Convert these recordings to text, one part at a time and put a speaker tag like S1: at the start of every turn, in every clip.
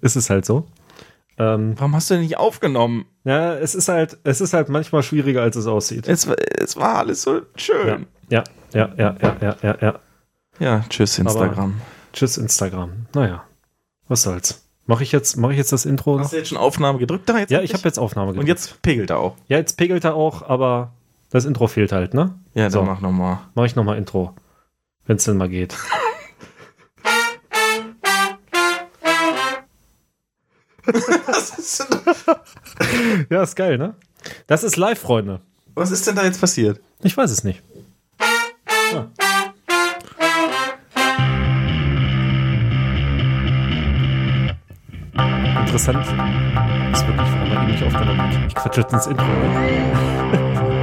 S1: ist es halt so. Ähm,
S2: Warum hast du denn nicht aufgenommen?
S1: ja, es ist halt, es ist halt manchmal schwieriger, als es aussieht.
S2: Es, es war alles so
S1: Ja,
S2: schön.
S1: ja, ja, ja, ja, ja, ja. ja.
S2: Ja, tschüss Instagram.
S1: Tschüss Instagram. Naja, was soll's. Mache ich jetzt, mache ich jetzt das Intro?
S2: hast du jetzt schon Aufnahme gedrückt da jetzt?
S1: ja,
S2: endlich?
S1: ich habe jetzt Aufnahme
S2: Und
S1: gedrückt.
S2: jetzt pegelt er auch.
S1: ja, jetzt pegelt er auch, aber das Intro fehlt halt, ne?
S2: Ja, dann
S1: So.
S2: mach nochmal.
S1: Mache ich nochmal Intro, wenn's denn mal geht. ja, ist geil, ne? Das ist live, Freunde.
S2: Was ist denn da jetzt passiert?
S1: Ich weiß es nicht. Ah. Interessant. Das ist wirklich, warum man ihn nicht aufgenommen hat. Ich quatsche jetzt ins Intro. Ne?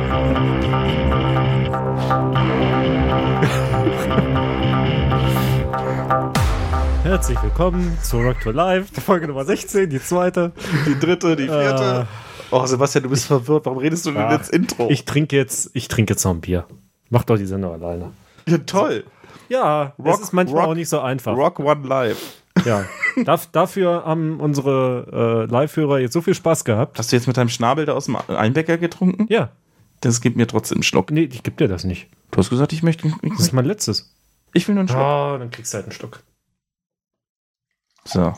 S1: Herzlich willkommen zu Rock to Live, Folge Nummer 16, die zweite.
S2: Die dritte, die vierte. Oh, Sebastian, du bist verwirrt. Warum redest du denn
S1: Ah.
S2: jetzt Intro?
S1: Ich trinke jetzt, ich trinke jetzt noch ein Bier. Mach doch die Sendung alleine.
S2: ja, toll.
S1: Ja,
S2: Rock-
S1: das ist manchmal
S2: Rock-
S1: auch nicht so einfach.
S2: Rock One Live.
S1: Ja. Darf, dafür haben unsere äh, Live-Hörer jetzt so viel Spaß gehabt.
S2: Hast du jetzt mit deinem Schnabel da aus dem Einbecker getrunken?
S1: Ja,
S2: Das gibt mir trotzdem einen Schluck.
S1: nee, ich geb dir das nicht.
S2: Du hast gesagt, ich möchte.
S1: Das ist mein letztes.
S2: Ich will nur einen Schluck.
S1: Ah, dann kriegst du halt einen Schluck.
S2: So.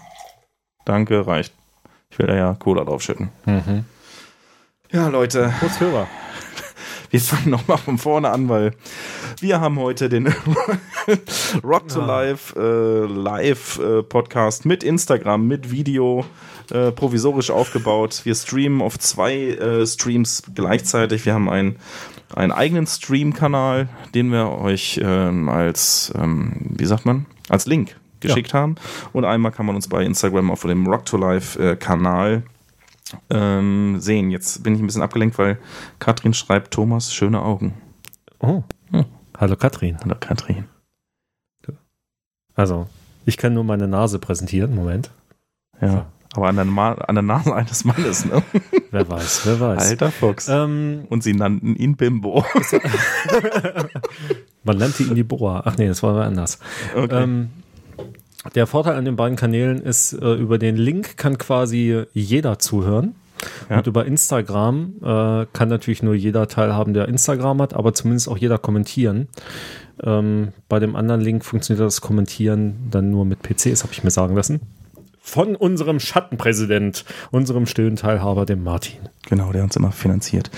S2: Danke, reicht. Ich will da ja Cola draufschütten.
S1: Mhm.
S2: Ja, Leute,
S1: Prost, Hörer.
S2: wir fangen nochmal von vorne an, weil wir haben heute den Rock to Live äh, Live äh, Podcast mit Instagram, mit Video äh, provisorisch aufgebaut. Wir streamen auf zwei äh, Streams gleichzeitig. Wir haben einen, einen eigenen Stream-Kanal, den wir euch ähm, als, ähm, wie sagt man, als Link geschickt haben. Und einmal kann man uns bei Instagram auf dem Rock to Live äh, Kanal ähm, sehen. Jetzt bin ich ein bisschen abgelenkt, weil Katrin schreibt, Thomas, schöne Augen.
S1: Oh.
S2: Hm.
S1: Hallo, Katrin.
S2: Oder Katrin.
S1: Also, ich kann nur meine Nase präsentieren. Moment.
S2: Ja. Aber an der, Ma an der Nase eines Mannes, ne?
S1: Wer weiß, wer weiß.
S2: Alter Fuchs.
S1: Ähm,
S2: Und sie nannten ihn Bimbo.
S1: man nannte ihn die Boa. Ach nee, das war aber anders.
S2: Okay.
S1: Ähm, der Vorteil an den beiden Kanälen ist, äh, über den Link kann quasi jeder zuhören.
S2: Ja.
S1: Und über Instagram äh, kann natürlich nur jeder teilhaben, der Instagram hat, aber zumindest auch jeder kommentieren. Ähm, bei dem anderen Link funktioniert das Kommentieren dann nur mit PCs, habe ich mir sagen lassen. Von unserem Schattenpräsident, unserem stillen Teilhaber, dem Martin,
S2: Genau, der uns immer finanziert.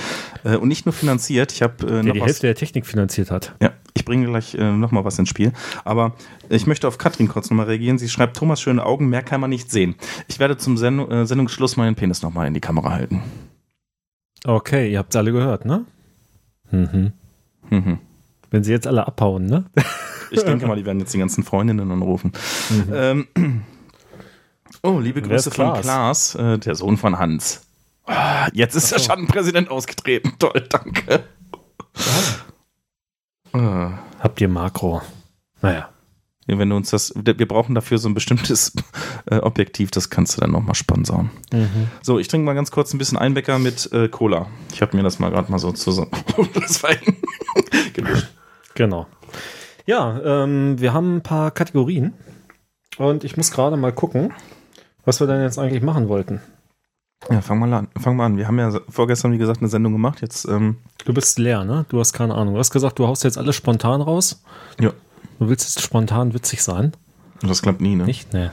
S2: Äh, und nicht nur finanziert, ich habe äh,
S1: der
S2: noch
S1: die
S2: was.
S1: Hälfte der Technik finanziert hat.
S2: Ja, ich bringe gleich äh, nochmal was ins Spiel. Aber ich möchte auf Katrin kurz nochmal reagieren. Sie schreibt, Thomas, schöne Augen, mehr kann man nicht sehen. Ich werde zum Sendung, äh, Sendungsschluss meinen Penis nochmal in die Kamera halten.
S1: Okay, ihr habt alle gehört, ne? Mhm.
S2: Mhm.
S1: Wenn sie jetzt alle abhauen, ne?
S2: Ich denke mal, die werden jetzt die ganzen Freundinnen anrufen. Ähm, oh, liebe
S1: Wer ist
S2: Grüße von Klaas, äh, der Sohn von Hans. Ah, Jetzt ist der Schattenpräsident ausgetreten. Toll, danke. Ah.
S1: Habt ihr Makro? Naja.
S2: Ja, wenn du uns das, wir brauchen dafür so ein bestimmtes äh, Objektiv, das kannst du dann nochmal sponsern. So, ich trinke mal ganz kurz ein bisschen Einbecker mit äh, Cola. Ich habe mir das mal gerade mal so zusammen. Oh, das war gemischt.
S1: Genau. Ja, ähm, wir haben ein paar Kategorien. Und ich muss gerade mal gucken, was wir denn jetzt eigentlich machen wollten.
S2: Ja, fang mal an. Fang mal an. Wir haben ja vorgestern, wie gesagt, eine Sendung gemacht. Jetzt, ähm,
S1: Du bist leer, ne? Du hast keine Ahnung. Du hast gesagt, du haust jetzt alles spontan raus.
S2: ja,
S1: Du willst jetzt spontan witzig sein.
S2: das klappt nie, ne?
S1: Nicht? Nee.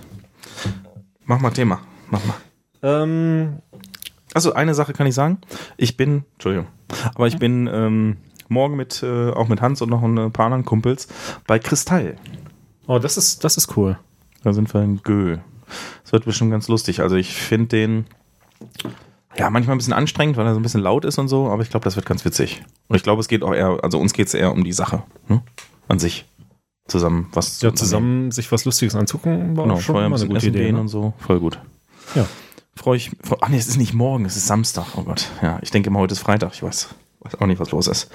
S2: Mach mal Thema. Mach mal.
S1: Ähm,
S2: Also eine Sache kann ich sagen. Ich bin, Entschuldigung, aber ich bin ähm, morgen mit, äh, auch mit Hans und noch ein paar anderen Kumpels bei Kristall.
S1: oh, das ist, das ist cool.
S2: Da sind wir in Gö. Das wird bestimmt ganz lustig. Also ich finde den ja manchmal ein bisschen anstrengend, weil er so ein bisschen laut ist und so, aber ich glaube, das wird ganz witzig. Und ich glaube, es geht auch eher, also uns geht es eher um die Sache ne? an sich. Zusammen was zu
S1: Ja, zusammen sich was Lustiges anzugucken war
S2: unternehmen. genau,
S1: schon
S2: vorher ein
S1: immer eine
S2: bisschen
S1: gute
S2: essen
S1: Idee.
S2: gehen
S1: Ne?
S2: und so. Voll gut.
S1: Ja.
S2: Freue ich. Freu, ach nee, es ist nicht morgen, es ist Samstag. Oh Gott. Ja, ich denke immer, heute ist Freitag. Ich weiß, weiß auch nicht, was los ist.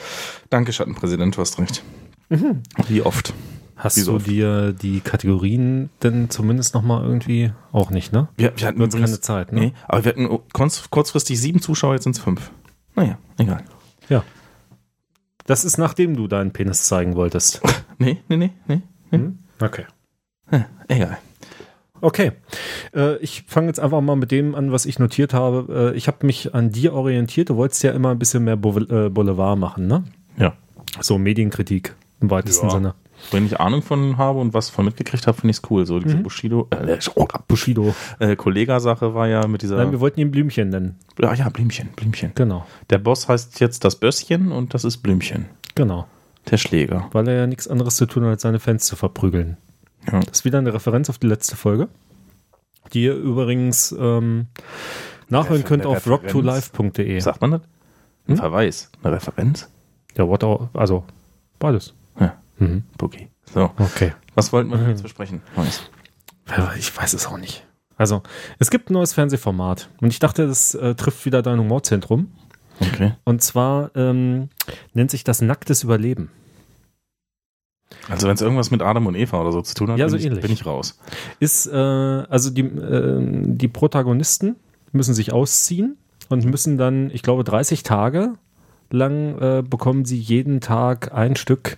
S2: Danke, Schattenpräsident, du hast recht. Wie oft?
S1: Mhm. Hast
S2: Wie so
S1: du
S2: oft.
S1: dir die Kategorien denn zumindest nochmal irgendwie auch nicht, ne?
S2: Wir, wir hatten
S1: Du hattest
S2: übrigens-
S1: keine Zeit, ne?
S2: Nee, aber wir hatten kurz, kurzfristig sieben Zuschauer, jetzt sind es fünf. Naja, egal.
S1: Ja. Das ist nachdem du deinen Penis zeigen wolltest.
S2: Nee, nee, nee, nee.
S1: Okay.
S2: Egal.
S1: Okay. Äh, ich fange jetzt einfach mal mit dem an, was ich notiert habe. Äh, ich habe mich an dir orientiert. Du wolltest ja immer ein bisschen mehr Bouvel- äh, Boulevard machen, ne?
S2: Ja.
S1: So Medienkritik im weitesten
S2: Ja.
S1: Sinne.
S2: Wenn ich Ahnung von habe und was von mitgekriegt habe, finde ich es cool. So diese Bushido, äh, oh,
S1: Bushido.
S2: äh, Kollega-Sache war ja mit dieser.
S1: Nein, wir wollten ihn Blümchen nennen.
S2: ah ja, Blümchen, Blümchen.
S1: Genau,
S2: Der Boss heißt jetzt das Bösschen und das ist Blümchen.
S1: genau.
S2: Der Schläger.
S1: Weil er ja nichts anderes zu tun hat, als seine Fans zu verprügeln.
S2: Ja.
S1: Das ist wieder eine Referenz auf die letzte Folge, die ihr übrigens ähm, nachhören
S2: Refer-
S1: könnt
S2: eine
S1: auf
S2: Referenz?
S1: rocktolife.de.
S2: Sagt man das? Ein Verweis. Eine Referenz?
S1: Ja, what auch, also beides.
S2: Ja.
S1: Mhm.
S2: Okay. So.
S1: Okay.
S2: Was wollten wir denn jetzt besprechen? Mhm. Weiß.
S1: Ja, Ich weiß es auch nicht. Also, es gibt ein neues Fernsehformat und ich dachte, das äh, trifft wieder dein Humorzentrum.
S2: Okay.
S1: Und zwar ähm, nennt sich das nacktes Überleben.
S2: Also wenn es irgendwas mit Adam und Eva oder so zu tun hat,
S1: Ja,
S2: bin,
S1: so
S2: ich,
S1: ähnlich.
S2: bin ich raus.
S1: Ist, äh, also die, äh, die Protagonisten müssen sich ausziehen und müssen dann, ich glaube, 30 Tage lang äh, bekommen sie jeden Tag ein Stück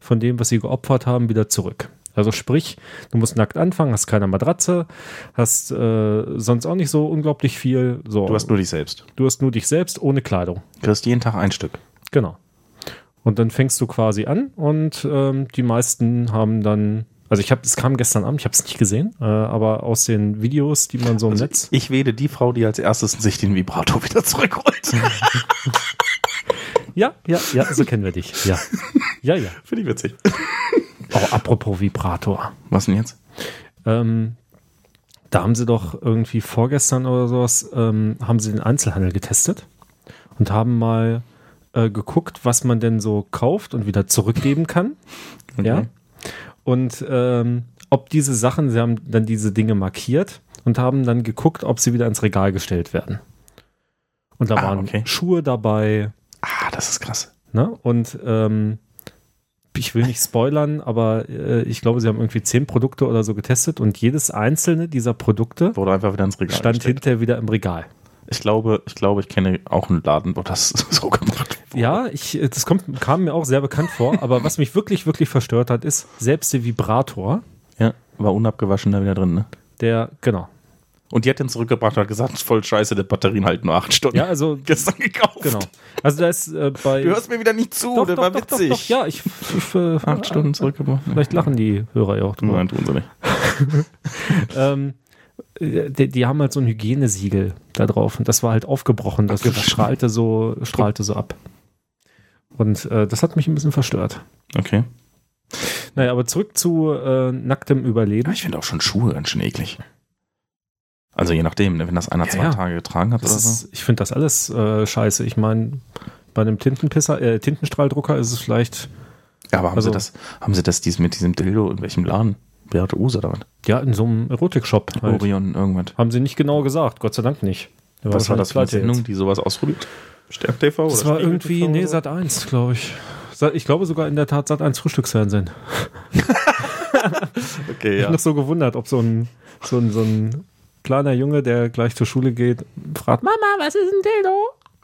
S1: von dem, was sie geopfert haben, wieder zurück. Also sprich, du musst nackt anfangen, hast keine Matratze, hast äh, sonst auch nicht so unglaublich viel. So,
S2: Du hast nur dich selbst.
S1: du hast nur dich selbst ohne Kleidung.
S2: Du kriegst jeden Tag ein Stück.
S1: Genau. Und dann fängst du quasi an und ähm, die meisten haben dann, also ich habe, es kam gestern Abend, ich habe es nicht gesehen, äh, aber aus den Videos, die man so im Netz,
S2: Ich wähle die Frau, die als erstes sich den Vibrator wieder zurückholt.
S1: ja, ja, ja, so kennen wir dich, ja, ja, ja.
S2: Finde ich witzig.
S1: Oh, apropos Vibrator,
S2: Was denn jetzt?
S1: ähm, da haben sie doch irgendwie vorgestern oder sowas, ähm, haben sie den Einzelhandel getestet und haben mal äh, geguckt, was man denn so kauft und wieder zurückgeben kann. Ja.
S2: Mhm.
S1: Und ähm, ob diese Sachen, sie haben dann diese Dinge markiert und haben dann geguckt, ob sie wieder ins Regal gestellt werden. Und da
S2: Ah,
S1: waren
S2: okay.
S1: Schuhe dabei.
S2: Ah, das ist krass.
S1: Ne? Und ähm, ich will nicht spoilern, aber äh, ich glaube, sie haben irgendwie zehn Produkte oder so getestet und jedes einzelne dieser Produkte
S2: Wurde einfach wieder ins Regal
S1: stand
S2: gestellt.
S1: hinterher wieder im Regal.
S2: Ich glaube, ich glaube, ich kenne auch einen Laden, wo das so gemacht wurde.
S1: Ja, ich, das kommt, kam mir auch sehr bekannt vor, aber was mich wirklich, wirklich verstört hat, ist, selbst der Vibrator,
S2: Ja, war unabgewaschen da wieder drin, ne?
S1: der, genau.
S2: Und die hat den zurückgebracht und hat gesagt, voll scheiße, die Batterien halten nur acht Stunden.
S1: Ja, also,
S2: Gestern gekauft.
S1: genau. Also da ist äh, bei.
S2: Du hörst mir wieder nicht zu, das war witzig.
S1: Doch, doch, ja, ich. ich äh,
S2: Acht Stunden zurückgebracht.
S1: Vielleicht lachen die Hörer ja auch drüber.
S2: Nein, tun sie nicht.
S1: Ähm, äh, die, die haben halt so ein Hygienesiegel da drauf und das war halt aufgebrochen. Das
S2: Abgewaschen.
S1: strahlte so, strahlte so ab. Und äh, das hat mich ein bisschen verstört.
S2: Okay.
S1: Naja, aber zurück zu äh, nacktem
S2: Ja,
S1: Überleben.
S2: ich finde auch schon Schuhe ganz schön eklig. Also je nachdem, ne, wenn das einer
S1: Ja,
S2: zwei
S1: ja.
S2: Tage getragen hat
S1: Das
S2: oder so.
S1: ist, ich finde das alles äh, scheiße. Ich meine, bei einem Tintenpisser, äh, Tintenstrahldrucker ist es vielleicht,
S2: Ja, aber haben
S1: also-
S2: sie das, haben sie das dies mit diesem Dildo in welchem Laden? Beate Use oder was?
S1: ja, in so einem Erotikshop halt.
S2: Orion irgendwas.
S1: Haben sie nicht genau gesagt, Gott sei Dank nicht. Der
S2: Was war
S1: wahrscheinlich
S2: das für eine
S1: pleite jetzt.
S2: Sendung, die sowas ausprobiert? Stern TV oder
S1: Das war
S2: Spiegel
S1: irgendwie,
S2: TV
S1: nee,
S2: oder so?
S1: Sat 1, glaube ich. Sa- Ich glaube sogar in der Tat Sat 1 Frühstücksfernsehen.
S2: Okay,
S1: Ich
S2: ja.
S1: habe noch so gewundert, ob so ein, so, ein, so ein kleiner Junge, der gleich zur Schule geht, fragt, Mama, was ist ein Dildo?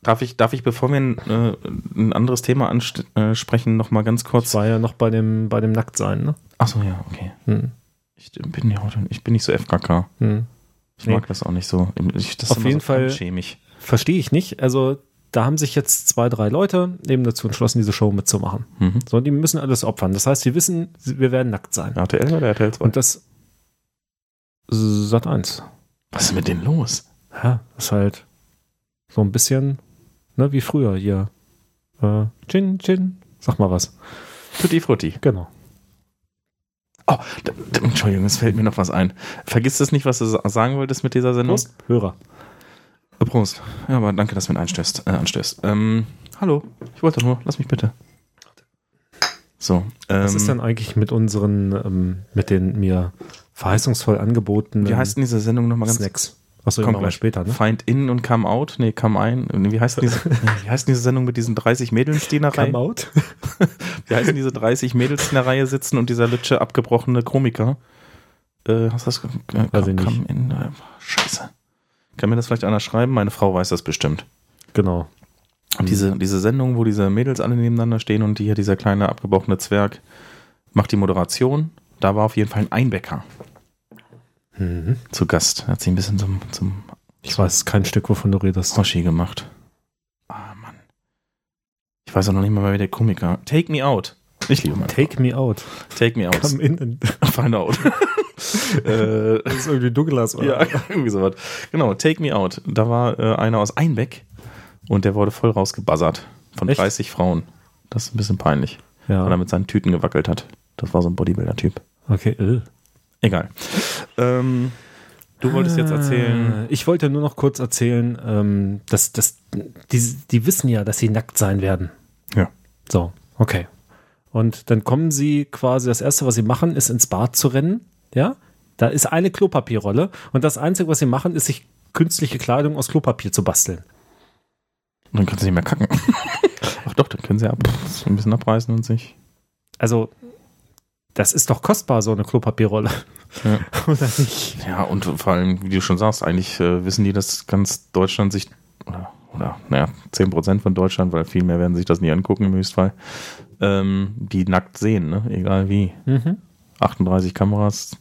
S2: Darf ich, darf ich, bevor wir ein, äh, ein anderes Thema ansprechen, noch mal ganz
S1: Das
S2: kurz.
S1: war ja noch bei dem, bei dem Nacktsein, ne?
S2: Achso, ja, okay.
S1: Hm.
S2: Ich bin ja heute, ich bin nicht so FKK.
S1: Hm.
S2: Ich
S1: Nee.
S2: mag das auch nicht so. Ich, das
S1: Auf jeden
S2: so
S1: Fall-
S2: Chemisch.
S1: Verstehe ich nicht. Also da haben sich jetzt zwei, drei Leute eben dazu entschlossen, diese Show mitzumachen.
S2: Mhm.
S1: So, und die müssen alles opfern. Das heißt, sie wissen, sie- wir werden nackt sein.
S2: RTL oder RTL 2?
S1: Und das Sat 1.
S2: was ist mit denen los?
S1: Ja, ist halt so ein bisschen, ne, wie früher hier. Äh, chin, chin, sag mal was.
S2: Tutti Frutti.
S1: Genau.
S2: Oh, d- d- Entschuldigung, es fällt mir noch was ein. Vergiss das nicht, was du sa- sagen wolltest mit dieser Sendung.
S1: Prost, Hörer.
S2: Äh, Prost. Ja, aber danke, dass du ihn einstößt, äh, anstößt. Ähm, hallo, ich wollte doch nur, lass mich bitte. So. Ähm,
S1: Was ist denn eigentlich mit unseren, ähm, mit den mir verheißungsvoll angebotenen
S2: wie heißt denn diese Sendung nochmal ganz
S1: Snacks? Achso, die
S2: Kommt
S1: machen wir
S2: gleich.
S1: später, ne?
S2: Find in und come out? Nee, come ein. Nee, Wie heißt denn diese, wie heißt denn diese Sendung mit diesen 30 Mädels, die in der Reihe?
S1: out?
S2: Wie heißen diese 30 Mädels in der Reihe sitzen und dieser lütsche abgebrochene Komiker? Äh, hast du das? ge- Äh,
S1: Weiß ich
S2: kam-
S1: nicht.
S2: kam in, äh, scheiße. Kann mir das vielleicht einer schreiben? Meine Frau weiß das bestimmt.
S1: Genau.
S2: Und diese, diese Sendung, wo diese Mädels alle nebeneinander stehen und hier dieser kleine abgebrochene Zwerg macht die Moderation, da war auf jeden Fall ein Einbecker. Mhm. Zu Gast. Hat sich ein bisschen zum, zum
S1: Ich weiß kein Stück, wovon du redest.
S2: Hoshi gemacht. Ah, Mann. Ich weiß auch noch nicht mal, wer der Komiker. Take Me Out. Ich liebe meinen
S1: Take me out.
S2: Vater. Take Me Out.
S1: Come in and
S2: Find Out. äh,
S1: das ist irgendwie Douglas, oder?
S2: ja, irgendwie sowas. Genau, Take Me Out. Da war äh, einer aus Einbeck und der wurde voll rausgebuzzert von
S1: Echt?
S2: 30 Frauen. Das ist ein bisschen peinlich, weil er
S1: ja.
S2: mit seinen Tüten gewackelt hat. Das war so ein Bodybuilder-Typ.
S1: Okay, äh. ill.
S2: Egal. Ähm, du wolltest jetzt erzählen.
S1: Äh, Ich wollte nur noch kurz erzählen, ähm, dass, dass die, die wissen ja, dass sie nackt sein werden.
S2: Ja.
S1: So, okay. Und dann kommen sie quasi, das Erste, was sie machen, ist ins Bad zu rennen. Ja, da ist eine Klopapierrolle und das Einzige, was sie machen, ist sich künstliche Kleidung aus Klopapier zu basteln.
S2: Dann können sie nicht mehr kacken. Ach doch, dann können sie ab, ein bisschen abreißen und sich.
S1: Also, das ist doch kostbar, so eine Klopapierrolle.
S2: Ja.
S1: Oder nicht?
S2: Ja, und vor allem, wie du schon sagst, eigentlich äh, wissen die, dass ganz Deutschland sich, oder, oder naja, 10% von Deutschland, weil viel mehr werden sich das nie angucken im Höchstfall, ähm, die nackt sehen, ne? egal wie.
S1: Mhm.
S2: 38 Kameras.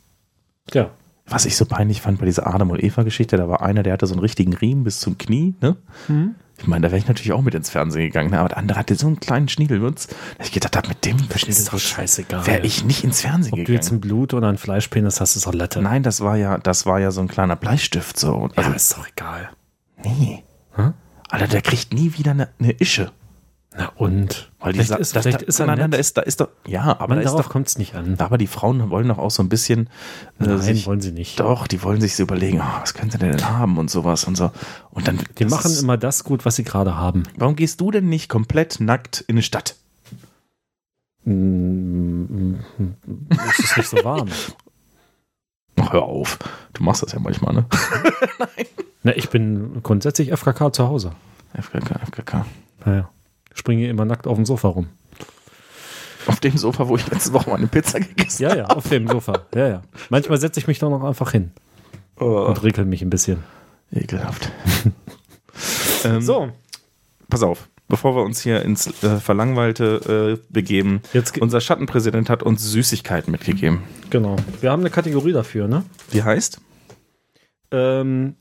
S1: Ja.
S2: Was ich so peinlich fand bei dieser Adam und Eva-Geschichte, da war einer, der hatte so einen richtigen Riemen bis zum Knie. Ne?
S1: Mhm.
S2: Ich meine, da wäre ich natürlich auch mit ins Fernsehen gegangen, ne? aber der andere hatte so einen kleinen Schniedelwurz, dass ich gedacht habe, mit dem Schniedelwurz
S1: scheißegal.
S2: wäre ich nicht ins Fernsehen
S1: Ob du jetzt
S2: gegangen.
S1: ein Blut oder ein Fleischpenis hast, ist doch Latte.
S2: Nein, das war ja, das war ja so ein kleiner Bleistift so. Und
S1: Ja,
S2: Also,
S1: ist doch egal.
S2: Nee.
S1: Hm?
S2: Alter, der kriegt nie wieder eine, eine Ische.
S1: Na und?
S2: Weil die
S1: vielleicht
S2: sa-
S1: ist,
S2: das-
S1: vielleicht
S2: da-
S1: ist er
S2: nein, nein, da
S1: nett.
S2: ist, da ist doch, ja, aber da
S1: Nein,
S2: ist
S1: darauf
S2: doch,
S1: kommt es nicht an.
S2: aber die Frauen wollen doch auch so ein bisschen, äh,
S1: Nein,
S2: sich,
S1: wollen sie nicht.
S2: doch, die wollen sich so überlegen, ah, was könnte der denn haben und sowas und so. Und dann,
S1: Die
S2: das
S1: machen
S2: ist,
S1: immer das gut, was sie gerade haben.
S2: warum gehst du denn nicht komplett nackt in eine Stadt? Mm,
S1: Es ist nicht so warm.
S2: Ach, hör auf. Du machst das ja manchmal, ne?
S1: Na, ich bin grundsätzlich FKK zu Hause.
S2: FKK, FKK.
S1: Naja. Springe immer nackt auf dem Sofa rum.
S2: Auf dem Sofa, wo ich letzte Woche meine Pizza gegessen
S1: Ja, ja, auf dem Sofa. Ja, ja. Manchmal setze ich mich doch noch einfach hin
S2: habe. Oh,
S1: und regel mich ein bisschen.
S2: ekelhaft. ähm,
S1: So,
S2: pass auf, bevor wir uns hier ins äh, Verlangweilte äh, begeben,
S1: Jetzt ge-
S2: unser Schattenpräsident hat uns Süßigkeiten mitgegeben.
S1: genau. Wir haben eine Kategorie dafür, ne?
S2: Die heißt?
S1: ähm,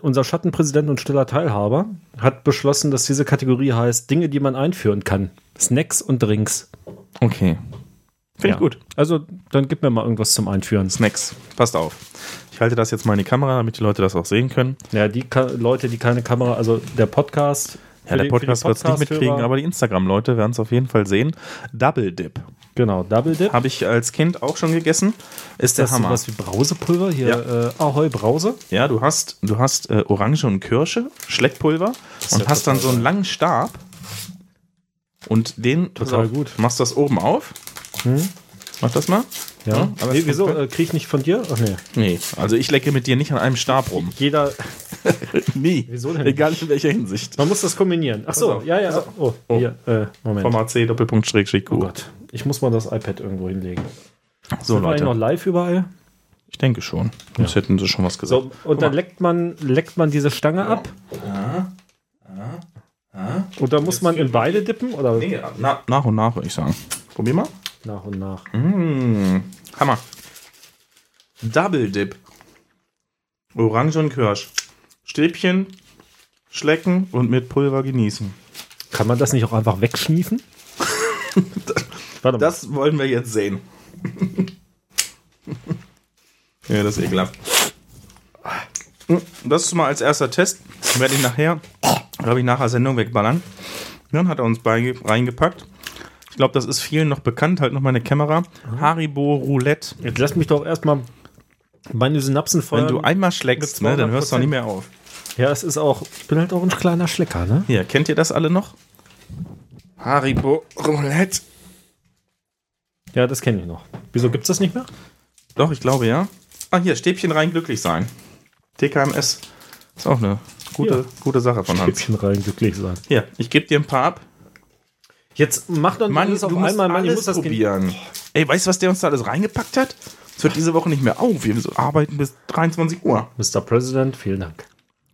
S1: unser Schattenpräsident und stiller Teilhaber hat beschlossen, dass diese Kategorie heißt Dinge, die man einführen kann. Snacks und Drinks.
S2: Okay. Finde ich gut.
S1: Also, dann gib mir mal irgendwas zum Einführen.
S2: Snacks. Passt auf. Ich halte das jetzt mal in die Kamera, damit die Leute das auch sehen können.
S1: Ja, die Ka Leute, die keine Kamera, also der Podcast.
S2: Ja, der Podcast wird es nicht mitkriegen, aber die Instagram-Leute werden es auf jeden Fall sehen. Double Dip.
S1: Genau, Double Dip.
S2: Habe ich als Kind auch schon gegessen. Ist der
S1: das ist
S2: Hammer.
S1: sowas wie Brausepulver. Hier, äh, Ahoi Brause.
S2: Ja, du hast, du hast äh, Orange und Kirsche, Schleckpulver und
S1: ja
S2: hast dann
S1: total
S2: so einen langen Stab und den pass
S1: Total
S2: auf,
S1: gut. Hm?
S2: machst das oben auf. Mach das mal.
S1: Ja.
S2: aber
S1: nee,
S2: es-
S1: wieso? Äh, krieg ich nicht von dir? Ach nee.
S2: Nee, also ich lecke mit dir nicht an einem Stab rum.
S1: Jeder,
S2: Nie.
S1: Wieso denn
S2: Egal in welcher Hinsicht.
S1: man muss das kombinieren. Ach so,
S2: Pass auf,
S1: ja, ja. Oh, hier, äh, Moment.
S2: Format C, Doppelpunkt, Schrägstrich,
S1: Oh
S2: Q.
S1: Gott, ich muss mal das iPad irgendwo hinlegen.
S2: so,
S1: Sind wir eigentlich noch
S2: Leute.
S1: live überall?
S2: Ich denke schon. Sonst hätten sie schon was gesagt.
S1: So, und dann leckt man, leckt man diese Stange ab. Und dann muss man in beide dippen oder
S2: Nee, na, nach und nach, würde ich sagen. Probier mal.
S1: nach und nach.
S2: Hammer. Double Dip. Orange und Kirsch. Stäbchen, schlecken und mit Pulver genießen.
S1: Kann man das nicht auch einfach wegschniefen? Warte mal.
S2: Das wollen wir jetzt sehen. ja, das ist ekelhaft. Das ist mal als erster Test. Werde ich nachher, glaube ich, nachher Sendung wegballern. Dann hat er uns beinge- reingepackt. Ich glaube, das ist vielen noch bekannt. Halt noch meine Kamera. Haribo Roulette.
S1: Jetzt lass mich doch erstmal meine Synapsen
S2: Wenn
S1: feuern.
S2: du einmal schlägst, ne, dann hörst du auch nicht mehr auf.
S1: ja, es ist auch, ich bin halt auch ein kleiner Schlecker, ne?
S2: Hier, kennt ihr das alle noch? Haribo Roulette.
S1: Ja, das kenne ich noch. Wieso gibt's das nicht mehr?
S2: Doch, ich glaube ja. Ah, hier, Stäbchen rein glücklich sein. TKMS. Ist auch eine gute,
S1: Hier.
S2: gute Sache von Hans.
S1: Hübchen rein, glücklich sein.
S2: Hier, ich gebe dir ein paar ab.
S1: Jetzt mach doch nicht
S2: Mann,
S1: alles auf
S2: du musst
S1: einmal, Mann, ich
S2: alles
S1: muss das Kind-
S2: probieren. Ey, weißt du, was der uns da alles reingepackt hat? Es hört diese Woche nicht mehr auf. Wir so- arbeiten bis 23 Uhr.
S1: Mr. President, vielen Dank.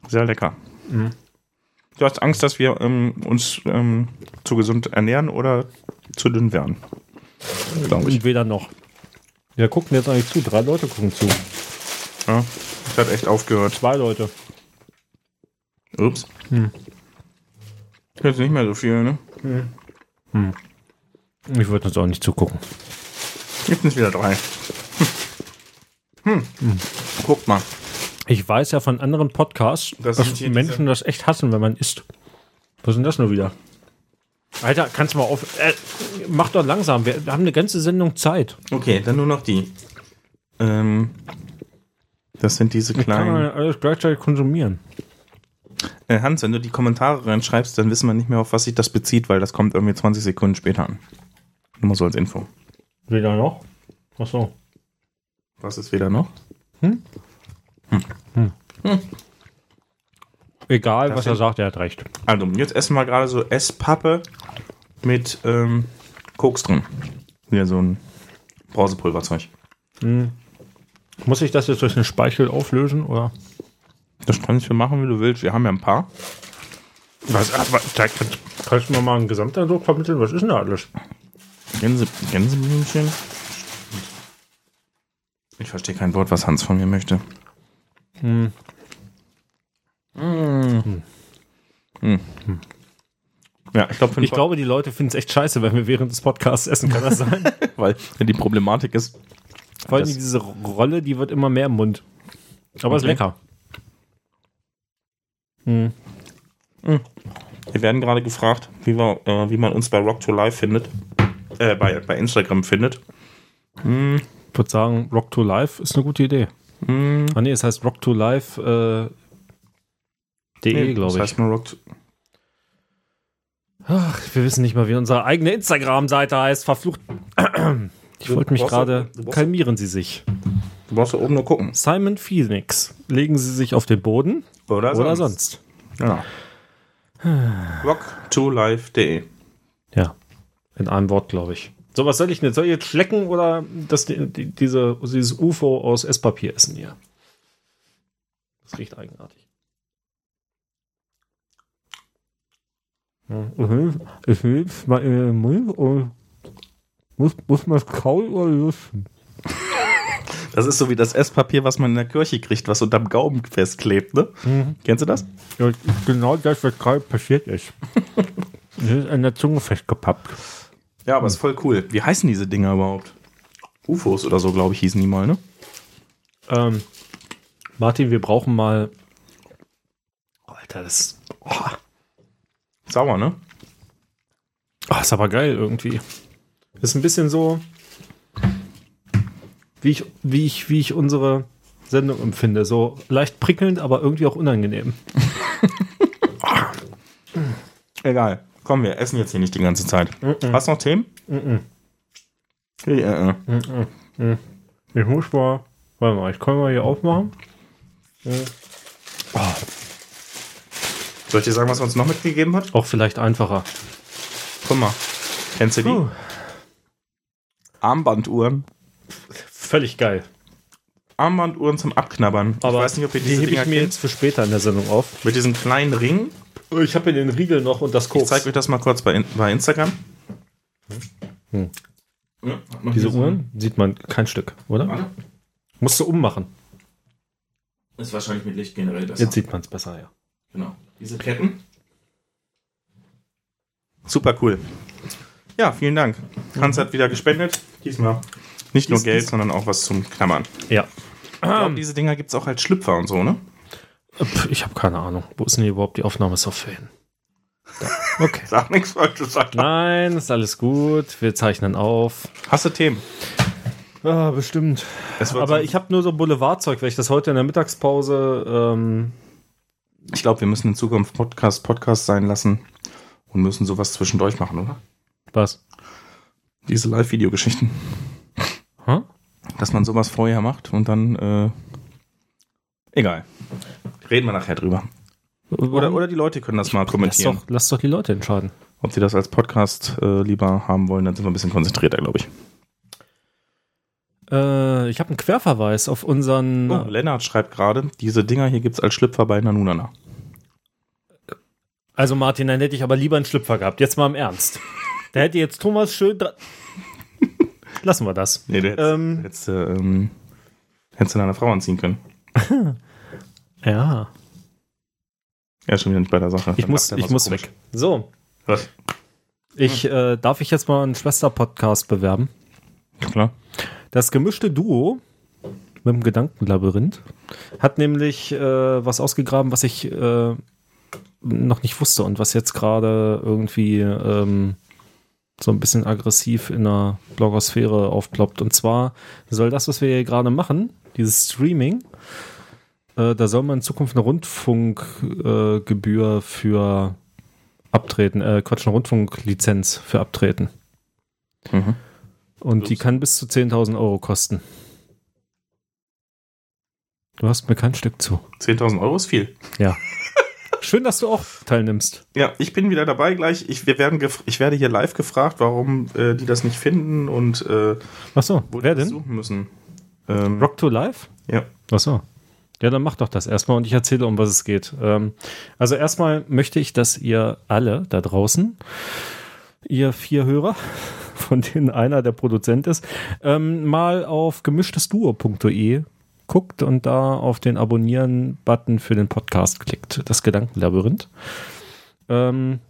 S2: Sehr lecker.
S1: Mhm.
S2: Du hast Angst, dass wir ähm, uns ähm, zu gesund ernähren oder zu dünn werden. Glaube ich.
S1: Entweder noch. Wir gucken jetzt eigentlich zu. Drei Leute gucken zu.
S2: Ja, ich hat echt aufgehört.
S1: Zwei Leute.
S2: Ups. Hm. Jetzt nicht mehr so viel, ne?
S1: Ich würde uns auch nicht zugucken.
S2: Jetzt sind wieder drei. Hm. Hm. Guck mal.
S1: Ich weiß ja von anderen Podcasts,
S2: Das sind
S1: dass
S2: hier
S1: Menschen das echt hassen, wenn man isst. Was ist denn das nur wieder? Alter, kannst du mal auf. Äh, mach doch langsam. Wir haben eine ganze Sendung Zeit.
S2: Okay, dann nur noch die. Ähm, das sind diese
S1: Kann man
S2: kleinen.
S1: ja alles gleichzeitig konsumieren.
S2: Äh, Hans, wenn du die Kommentare reinschreibst, dann wissen wir nicht mehr, auf was sich das bezieht, weil das kommt irgendwie 20 Sekunden später an. Nur mal so als Info.
S1: Weder noch? Achso.
S2: Was ist weder noch?
S1: Egal, was er
S2: sind-
S1: sagt, er hat recht.
S2: Also, jetzt essen wir gerade so Esspappe mit ähm, Koks drin. Wieder so ein Brausepulverzeug.
S1: Muss ich das jetzt durch den Speichel auflösen? Oder?
S2: Das kannst du machen, wie du willst. Wir haben ja ein paar.
S1: Was, da kannst, kannst du mir mal einen Gesamteindruck vermitteln? Was ist denn da alles?
S2: Gänse, Gänseblümchen. Ich verstehe kein Wort, was Hans von mir möchte. Hm. Mm. Mm. Hm. Ja, ich glaube,
S1: Ich glaube, die Leute finden es echt scheiße, wenn wir während des Podcasts essen. Kann das sein?
S2: weil die Problematik ist,
S1: Vor allem
S2: Das-
S1: diese Rolle, die wird immer mehr im Mund. Aber ist
S2: Okay.
S1: lecker.
S2: wir werden gerade gefragt, wie, wir, äh, wie man uns bei Rock to Live findet, äh, bei, bei Instagram findet.
S1: Ich würde sagen, Rock to Life ist eine gute Idee.
S2: Hm.
S1: Ah nee, es heißt Rock to Life äh,
S2: Nee,
S1: de,
S2: das
S1: glaube ich.
S2: heißt nur Rock to
S1: Ach, wir wissen nicht mal, wie unsere eigene Instagram-Seite heißt. Verflucht. Ich
S2: Du
S1: wollte mich
S2: brauchst-
S1: gerade.
S2: du brauchst-
S1: Kalmieren Sie sich.
S2: Du brauchst da oben nur gucken.
S1: Simon Phoenix. Legen Sie sich auf den Boden
S2: Oder
S1: oder
S2: sonst.
S1: sonst.
S2: Genau. Rock2live.de.
S1: Ja. In einem Wort, glaube ich. So, was soll ich denn? jetzt? Soll ich jetzt schlecken oder das, die, die, diese, dieses UFO aus Esspapier essen hier? Das riecht eigenartig. Ich hilf mal in den Mund und muss, muss man es kauen oder lüften?
S2: Das ist so wie das Esspapier, was man in der Kirche kriegt, was unterm Gaumen festklebt, ne? Kennst du das?
S1: genau das, was gerade passiert ist. Das ist an der Zunge festgepappt.
S2: Ja, aber ist voll cool. Wie heißen diese Dinger überhaupt? UFOs oder so, glaube ich, hießen die mal, ne?
S1: Ähm, Martin, wir brauchen mal. Alter, das. Oh,
S2: Sauer, ne?
S1: oh, ist aber geil irgendwie. Ist ein bisschen so, wie ich, wie ich, wie ich unsere Sendung empfinde. So leicht prickelnd, aber irgendwie auch unangenehm.
S2: Egal. Komm, wir essen jetzt hier nicht die ganze Zeit. Hast du noch Themen? Nee, äh, äh.
S1: Mm. Ich muss mal. Warte mal, ich kann mal hier aufmachen.
S2: Soll ich dir sagen, was er uns noch mitgegeben hat?
S1: Auch vielleicht einfacher.
S2: Guck mal. Kennst du die?
S1: Puh.
S2: Armbanduhren.
S1: Völlig geil.
S2: Armbanduhren zum Abknabbern.
S1: Aber
S2: ich weiß nicht, ob ihr
S1: die
S2: diese
S1: hebe ich
S2: Dinger
S1: mir
S2: kennt.
S1: jetzt für später in der Sendung auf.
S2: Mit diesem kleinen Ring.
S1: Ich habe hier den Riegel noch und das
S2: Ich zeige euch das mal kurz bei, In- bei Instagram.
S1: Hm.
S2: Ja, mach
S1: Diese
S2: das.
S1: Uhren sieht man kein Stück, oder?
S2: Warte.
S1: Musst du ummachen.
S2: Ist wahrscheinlich mit Licht generell besser.
S1: Jetzt sieht man es besser, ja.
S2: Genau. Diese Ketten. Super cool. Ja, vielen Dank. Hans hat wieder gespendet. Diesmal. Nicht nur Geld, sondern auch was zum Klammern.
S1: Ja.
S2: Ich
S1: Ah.
S2: glaube, diese Dinger gibt es auch als Schlüpfer und so, ne?
S1: Pff, ich habe keine Ahnung. Wo ist denn hier überhaupt die Aufnahmesoftware hin? Da. Okay.
S2: Sag nichts Falsches. Alter.
S1: Nein, ist alles gut. Wir zeichnen auf.
S2: Hast du Themen?
S1: Ah, bestimmt.
S2: Es wird
S1: Aber
S2: so-
S1: ich habe nur so Boulevardzeug, weil ich das heute in der Mittagspause. Ähm,
S2: ich glaube, wir müssen in Zukunft Podcast Podcast sein lassen und müssen sowas zwischendurch machen, oder?
S1: was?
S2: Diese Live-Video-Geschichten.
S1: Hä?
S2: dass man sowas vorher macht und dann äh, egal. Reden wir nachher drüber. Oder, oder die Leute können das mal
S1: lass,
S2: kommentieren.
S1: doch, lass doch die Leute entscheiden.
S2: Ob sie das als Podcast äh, lieber haben wollen, dann sind wir ein bisschen konzentrierter, glaube ich.
S1: Äh, ich habe einen Querverweis auf unseren.
S2: Oh, Lennart schreibt gerade, diese Dinger hier gibt es als Schlüpfer bei Nanunana.
S1: Also Martin, dann hätte ich aber lieber einen Schlüpfer gehabt. Jetzt mal im Ernst. Da hätte jetzt Thomas schön. dra- Lassen wir das.
S2: Nee, du hättest,
S1: Ähm.
S2: hättest, äh, ähm, hättest du deiner Frau anziehen können.
S3: ja.
S2: Er ist schon wieder nicht bei der Sache.
S1: Ich
S2: Dann
S1: muss,
S2: lacht er immer
S1: ich
S2: so
S1: muss
S2: komisch.
S1: weg. So,
S2: Was?
S1: ich, äh, darf ich jetzt mal einen Schwester-Podcast bewerben?
S2: Ja, Klar.
S1: Das gemischte Duo mit dem Gedankenlabyrinth hat nämlich äh, was ausgegraben, was ich äh, noch nicht wusste und was jetzt gerade irgendwie ähm, so ein bisschen aggressiv in der Blogosphäre aufploppt. Und zwar soll das, was wir hier gerade machen, dieses Streaming, äh, da soll man in Zukunft eine Rundfunkgebühr äh, Gebühr für abtreten, äh, Quatsch, eine Rundfunklizenz für abtreten.
S2: Mhm.
S1: Und die kann bis zu 10.000 Euro kosten. Du hast mir kein Stück zu.
S2: 10.000 Euro ist viel.
S1: Ja. Schön, dass du auch teilnimmst.
S2: Ja, ich bin wieder dabei gleich. Ich, wir werden gef- ich werde hier live gefragt, warum äh, die das nicht finden und äh,
S1: Achso,
S2: wo
S1: wer
S2: die das
S1: denn?
S2: suchen müssen. Ähm,
S1: Rock to Life?
S2: Ja.
S1: Achso. Ja, dann mach doch das erstmal und ich erzähle, um was es geht. Ähm, also erstmal möchte ich, dass ihr alle da draußen, ihr vier Hörer, von denen einer der Produzent ist, ähm, mal auf gemischtes-duo.de guckt und da auf den Abonnieren-Button für den Podcast klickt. Das Gedankenlabyrinth. Ähm,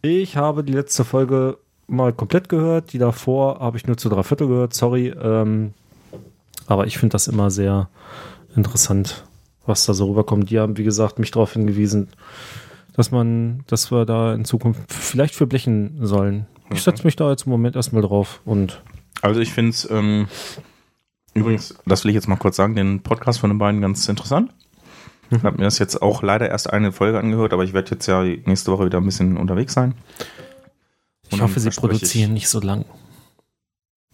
S1: ich habe die letzte Folge mal komplett gehört. Die davor habe ich nur zu drei Viertel gehört. Sorry. Ähm, aber ich finde das immer sehr interessant, was da so rüberkommt. Die haben, wie gesagt, mich darauf hingewiesen, dass man, dass wir da in Zukunft vielleicht für blechen sollen. Ich
S2: Mhm.
S1: setze mich da jetzt im Moment erstmal drauf und
S2: Also ich finde es, ähm, übrigens, das will ich jetzt mal kurz sagen, den Podcast von den beiden ganz interessant.
S1: Mhm.
S2: Ich habe mir das jetzt auch leider erst eine Folge angehört, aber ich werde jetzt ja nächste Woche wieder ein bisschen unterwegs sein. Und
S1: ich
S2: dann
S1: hoffe, sie
S2: verspreche ich-
S1: produzieren nicht so lang.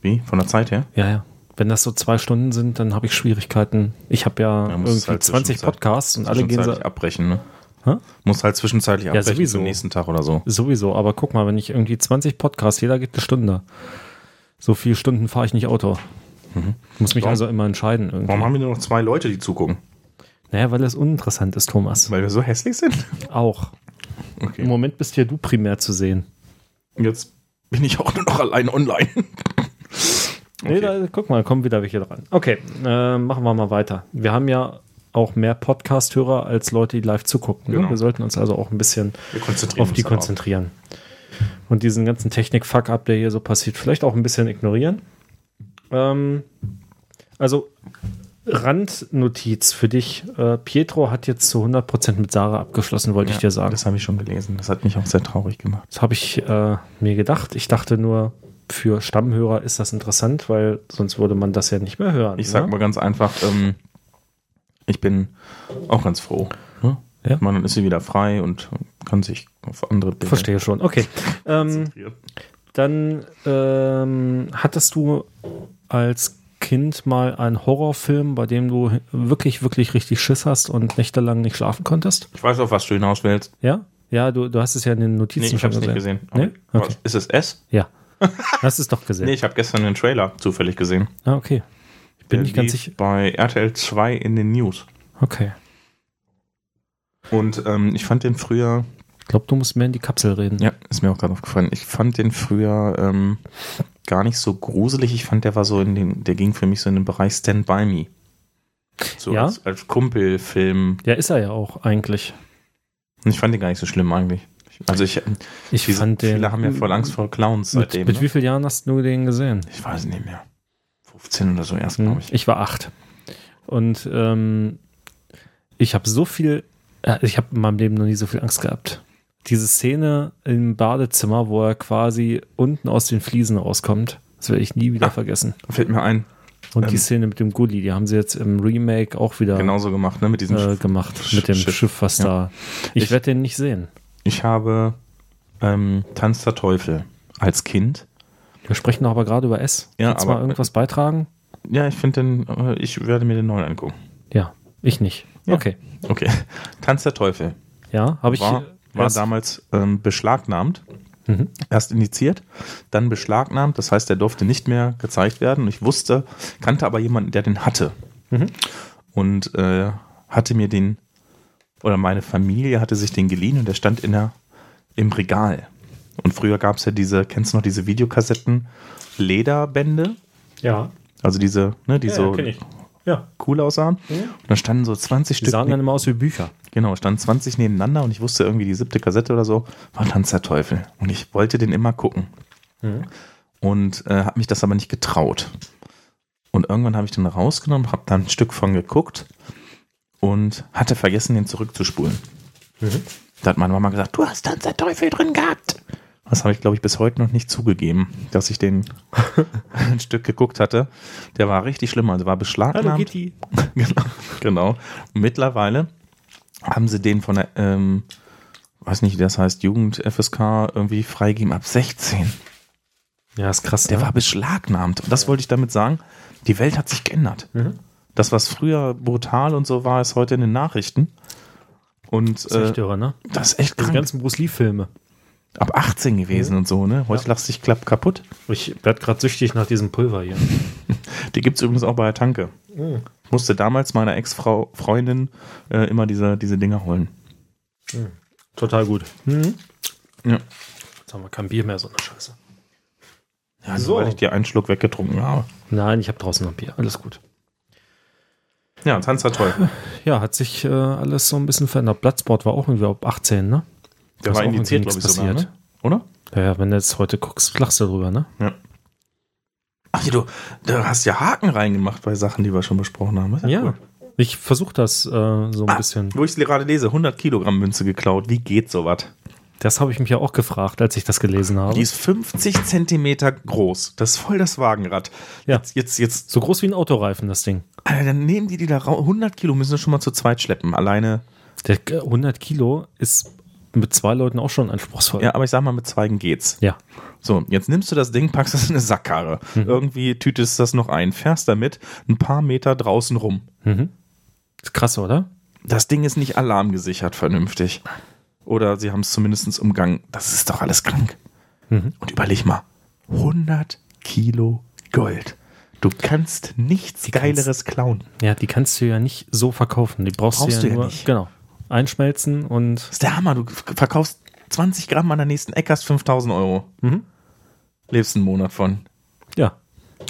S2: Wie? Von der Zeit her?
S1: Ja, ja. Wenn das so zwei Stunden sind, dann habe ich Schwierigkeiten. Ich habe ja,
S2: Ja, muss es
S1: irgendwie
S2: halt
S1: 20
S2: zwischenzeit-
S1: Podcasts und alle gehen so,
S2: Zwischenzeitlich abbrechen, ne?
S1: Hä?
S2: Muss halt zwischenzeitlich abbrechen
S1: sowieso.
S2: zum nächsten Tag oder so.
S1: Sowieso, aber guck mal, wenn ich irgendwie 20 Podcasts, jeder gibt eine Stunde. So viele Stunden fahre ich nicht Auto. Muss mich
S2: Mhm. Warum-
S1: also immer entscheiden
S2: Warum
S1: irgendwie.
S2: haben wir nur noch zwei Leute, die zugucken?
S1: Naja, weil es uninteressant ist, Thomas.
S2: Weil wir so hässlich sind?
S1: Auch. Im
S2: Okay.
S1: Moment bist hier du primär zu sehen.
S2: Jetzt bin ich auch nur noch allein online.
S1: Nee, da, guck mal, kommen wieder welche dran. Okay, äh, machen wir mal weiter. Wir haben ja auch mehr Podcast-Hörer als Leute, die live zugucken. Ne?
S2: Genau.
S1: Wir sollten uns also auch ein bisschen
S2: Wir konzentrieren
S1: auf die
S2: darauf.
S1: konzentrieren. Und diesen ganzen Technik-Fuck-Up, der hier so passiert, vielleicht auch ein bisschen ignorieren. Ähm, also, Randnotiz für dich. Äh, Pietro hat jetzt zu 100% mit Sarah abgeschlossen, wollte ich dir sagen.
S2: Das habe ich schon gelesen. Das hat mich auch sehr traurig gemacht.
S1: Das habe ich äh, mir gedacht. Ich dachte nur, für Stammhörer ist das interessant, weil sonst würde man das ja nicht mehr hören.
S2: Ich sag
S1: ne?
S2: mal ganz einfach, ähm, ich bin auch ganz froh. Ne?
S1: Ja.
S2: Man, dann ist sie wieder frei und kann sich auf andere Dinge
S1: Verstehe schon. Okay. Ähm,
S2: konzentrieren.
S1: dann ähm, hattest du als Kind mal einen Horrorfilm, bei dem du wirklich, wirklich richtig Schiss hast und nächtelang nicht schlafen konntest?
S2: Ich weiß auch, was du hinaus willst.
S1: Ja? Ja, du, du hast es ja in den Notizen
S2: Nee, ich
S1: schon
S2: habe es
S1: gesehen.
S2: nicht gesehen.
S1: Nee?
S2: Aber-
S1: Okay.
S2: Ist es S?
S1: Ja. Hast es doch gesehen.
S2: Nee, ich habe gestern den Trailer zufällig gesehen.
S1: Ah, okay. Ich bin
S2: Der
S1: nicht ganz
S2: lief
S1: sicher.
S2: Bei RTL 2 in den News.
S1: Okay.
S2: Und ähm, ich fand den früher,
S1: Ich glaube, du musst mehr in die Kapsel reden.
S2: ja, ist mir auch gerade aufgefallen, ich fand den früher ähm, gar nicht so gruselig. Ich fand, der war so in den, der ging für mich so in den Bereich Stand By Me. So
S1: Ja?
S2: als, als Kumpelfilm.
S1: Ja, ist er ja auch eigentlich.
S2: Und ich fand den gar nicht so schlimm eigentlich. Ich- Also ich,
S1: Ich
S2: diese-
S1: fand den.
S2: viele haben ja voll Angst vor Clowns
S1: Mit,
S2: seitdem.
S1: mit
S2: ne?
S1: wie vielen Jahren hast du den gesehen?
S2: Ich weiß nicht mehr. 15 oder so erst,
S1: Hm,
S2: glaube ich.
S1: Ich war acht. Und ähm, ich habe so viel, äh, ich habe in meinem Leben noch nie so viel Angst gehabt. Diese Szene im Badezimmer, wo er quasi unten aus den Fliesen rauskommt, das werde ich nie wieder
S2: Ah.
S1: vergessen.
S2: Fällt mir ein.
S1: Und die
S2: Ähm.
S1: Szene mit dem Gulli, die haben sie jetzt im Remake auch wieder
S2: Genauso gemacht, ne? Mit diesem
S1: äh, gemacht,
S2: Sch-
S1: mit dem
S2: Schiff.
S1: Schiff, was
S2: Ja.
S1: da. Ich,
S2: Ich-
S1: werde den nicht sehen.
S2: Ich habe ähm, Tanz der Teufel als Kind.
S1: Wir sprechen doch aber gerade über S.
S2: Ja,
S1: Kannst du mal
S2: aber- äh,
S1: irgendwas beitragen?
S2: Ja, ich finde den, äh, ich werde mir den neuen angucken.
S1: Ja, ich nicht.
S2: Ja.
S1: Okay.
S2: Okay. Tanz der Teufel
S1: Ja, habe ich.
S2: war, war
S1: erst-
S2: damals ähm, beschlagnahmt.
S1: Mhm.
S2: Erst indiziert, dann beschlagnahmt. Das heißt, der durfte nicht mehr gezeigt werden. Und ich wusste, kannte aber jemanden, der den hatte.
S1: Mhm.
S2: Und äh, hatte mir den, oder meine Familie hatte sich den geliehen und der stand in der, im Regal. Und früher gab es ja diese, kennst du noch diese Videokassetten, Lederbände?
S1: ja.
S2: Also diese, ne, die
S1: Ja,
S2: so
S1: ja, kenn ich. Ja.
S2: cool aussahen. Und da standen so 20
S1: Die
S2: Stück.
S1: sahen
S2: ne-
S1: dann immer aus wie Bücher.
S2: Genau, standen 20 nebeneinander und ich wusste irgendwie die siebte Kassette oder so, war Tanz der Teufel. Und ich wollte den immer gucken. Und äh, habe mich das aber nicht getraut. Und irgendwann habe ich den rausgenommen, habe dann ein Stück von geguckt und hatte vergessen, den zurückzuspulen. Da hat meine Mama gesagt, du hast Tanz der Teufel drin gehabt. Das habe ich, glaube ich, bis heute noch nicht zugegeben, dass ich den ein Stück geguckt hatte. Der war richtig schlimm, also war beschlagnahmt.
S1: Kitty.
S2: genau, genau. Mittlerweile haben sie den von der, ähm, weiß nicht, wie das heißt, Jugend FSK irgendwie freigegeben ab 16.
S1: Ja, ist krass.
S2: Der
S1: ne?
S2: war beschlagnahmt. Und das wollte ich damit sagen. Die Welt hat sich geändert.
S1: Mhm.
S2: Das, was früher brutal und so war, ist heute in den Nachrichten. Und
S1: das Mhm. ist echt
S2: äh,
S1: irre, ne?
S2: das ist echt
S1: Diese
S2: krank.
S1: ganzen Bruce Lee-Filme.
S2: Ab 18 gewesen und so, ne? Heute lachst dich klapp kaputt.
S1: Ich werd gerade süchtig nach diesem Pulver hier.
S2: Die gibt es übrigens auch bei der Tanke.
S1: Mhm.
S2: Ich musste damals meiner Ex-Freundin äh, immer diese, diese Dinger holen.
S1: Mhm. Total gut.
S2: Ja.
S1: Jetzt haben wir kein Bier mehr, so eine Scheiße.
S2: Ja,
S1: So.
S2: so. weil ich dir einen Schluck weggetrunken habe.
S1: Nein, ich habe draußen noch Bier. Alles gut.
S2: Ja, Tanz der Teufel.
S1: Ja, hat sich äh, alles so ein bisschen verändert. Bloodsport war auch irgendwie ab 18, ne?
S2: Der
S1: Ist
S2: war
S1: auch
S2: indiziert,
S1: irgendwie
S2: glaube ich,
S1: nichts
S2: sogar,
S1: passiert.
S2: ne? Oder?
S1: Ja, ja, wenn du jetzt heute guckst, lachst du darüber, ne?
S2: Ja. Ach, hier, du, du hast ja Haken reingemacht bei Sachen, die wir schon besprochen haben. Ist
S1: Ja.
S2: cool.
S1: Ich versuche das äh, so ein
S2: Ah,
S1: bisschen.
S2: Wo ich es gerade lese, 100 Kilogramm Münze geklaut. Wie geht sowas?
S1: Das habe ich mich ja auch gefragt, als ich das gelesen habe.
S2: Die ist 50 Zentimeter groß. Das ist voll das Wagenrad.
S1: Ja.
S2: Jetzt, jetzt, jetzt.
S1: so groß wie ein Autoreifen, das Ding.
S2: Alter, dann nehmen die die da raus. 100 Kilo müssen sie schon mal zu zweit schleppen. Alleine.
S1: Der äh, 100 Kilo ist mit zwei Leuten auch schon anspruchsvoll.
S2: Ja, aber ich sag mal, mit Zweigen geht's.
S1: ja. Mhm.
S2: So, jetzt nimmst du das Ding, packst es in eine Sackkarre. Irgendwie tütest das noch ein, fährst damit ein paar Meter draußen rum.
S1: Ist krass, oder?
S2: Das Ding ist nicht alarmgesichert vernünftig. Oder sie haben es zumindest umgangen. Das ist doch alles krank.
S1: Mhm.
S2: Und überleg mal, 100 Kilo Gold. Du kannst nichts Geileres klauen.
S1: Ja, die kannst du ja nicht so verkaufen. Die brauchst,
S2: Brauchst
S1: du ja,
S2: du ja
S1: nur
S2: nicht.
S1: genau einschmelzen und
S2: Das ist der Hammer. Du f- verkaufst 20 Gramm an der nächsten Ecke, hast 5000 Euro.
S1: Mhm.
S2: Lebst einen Monat von.
S1: ja.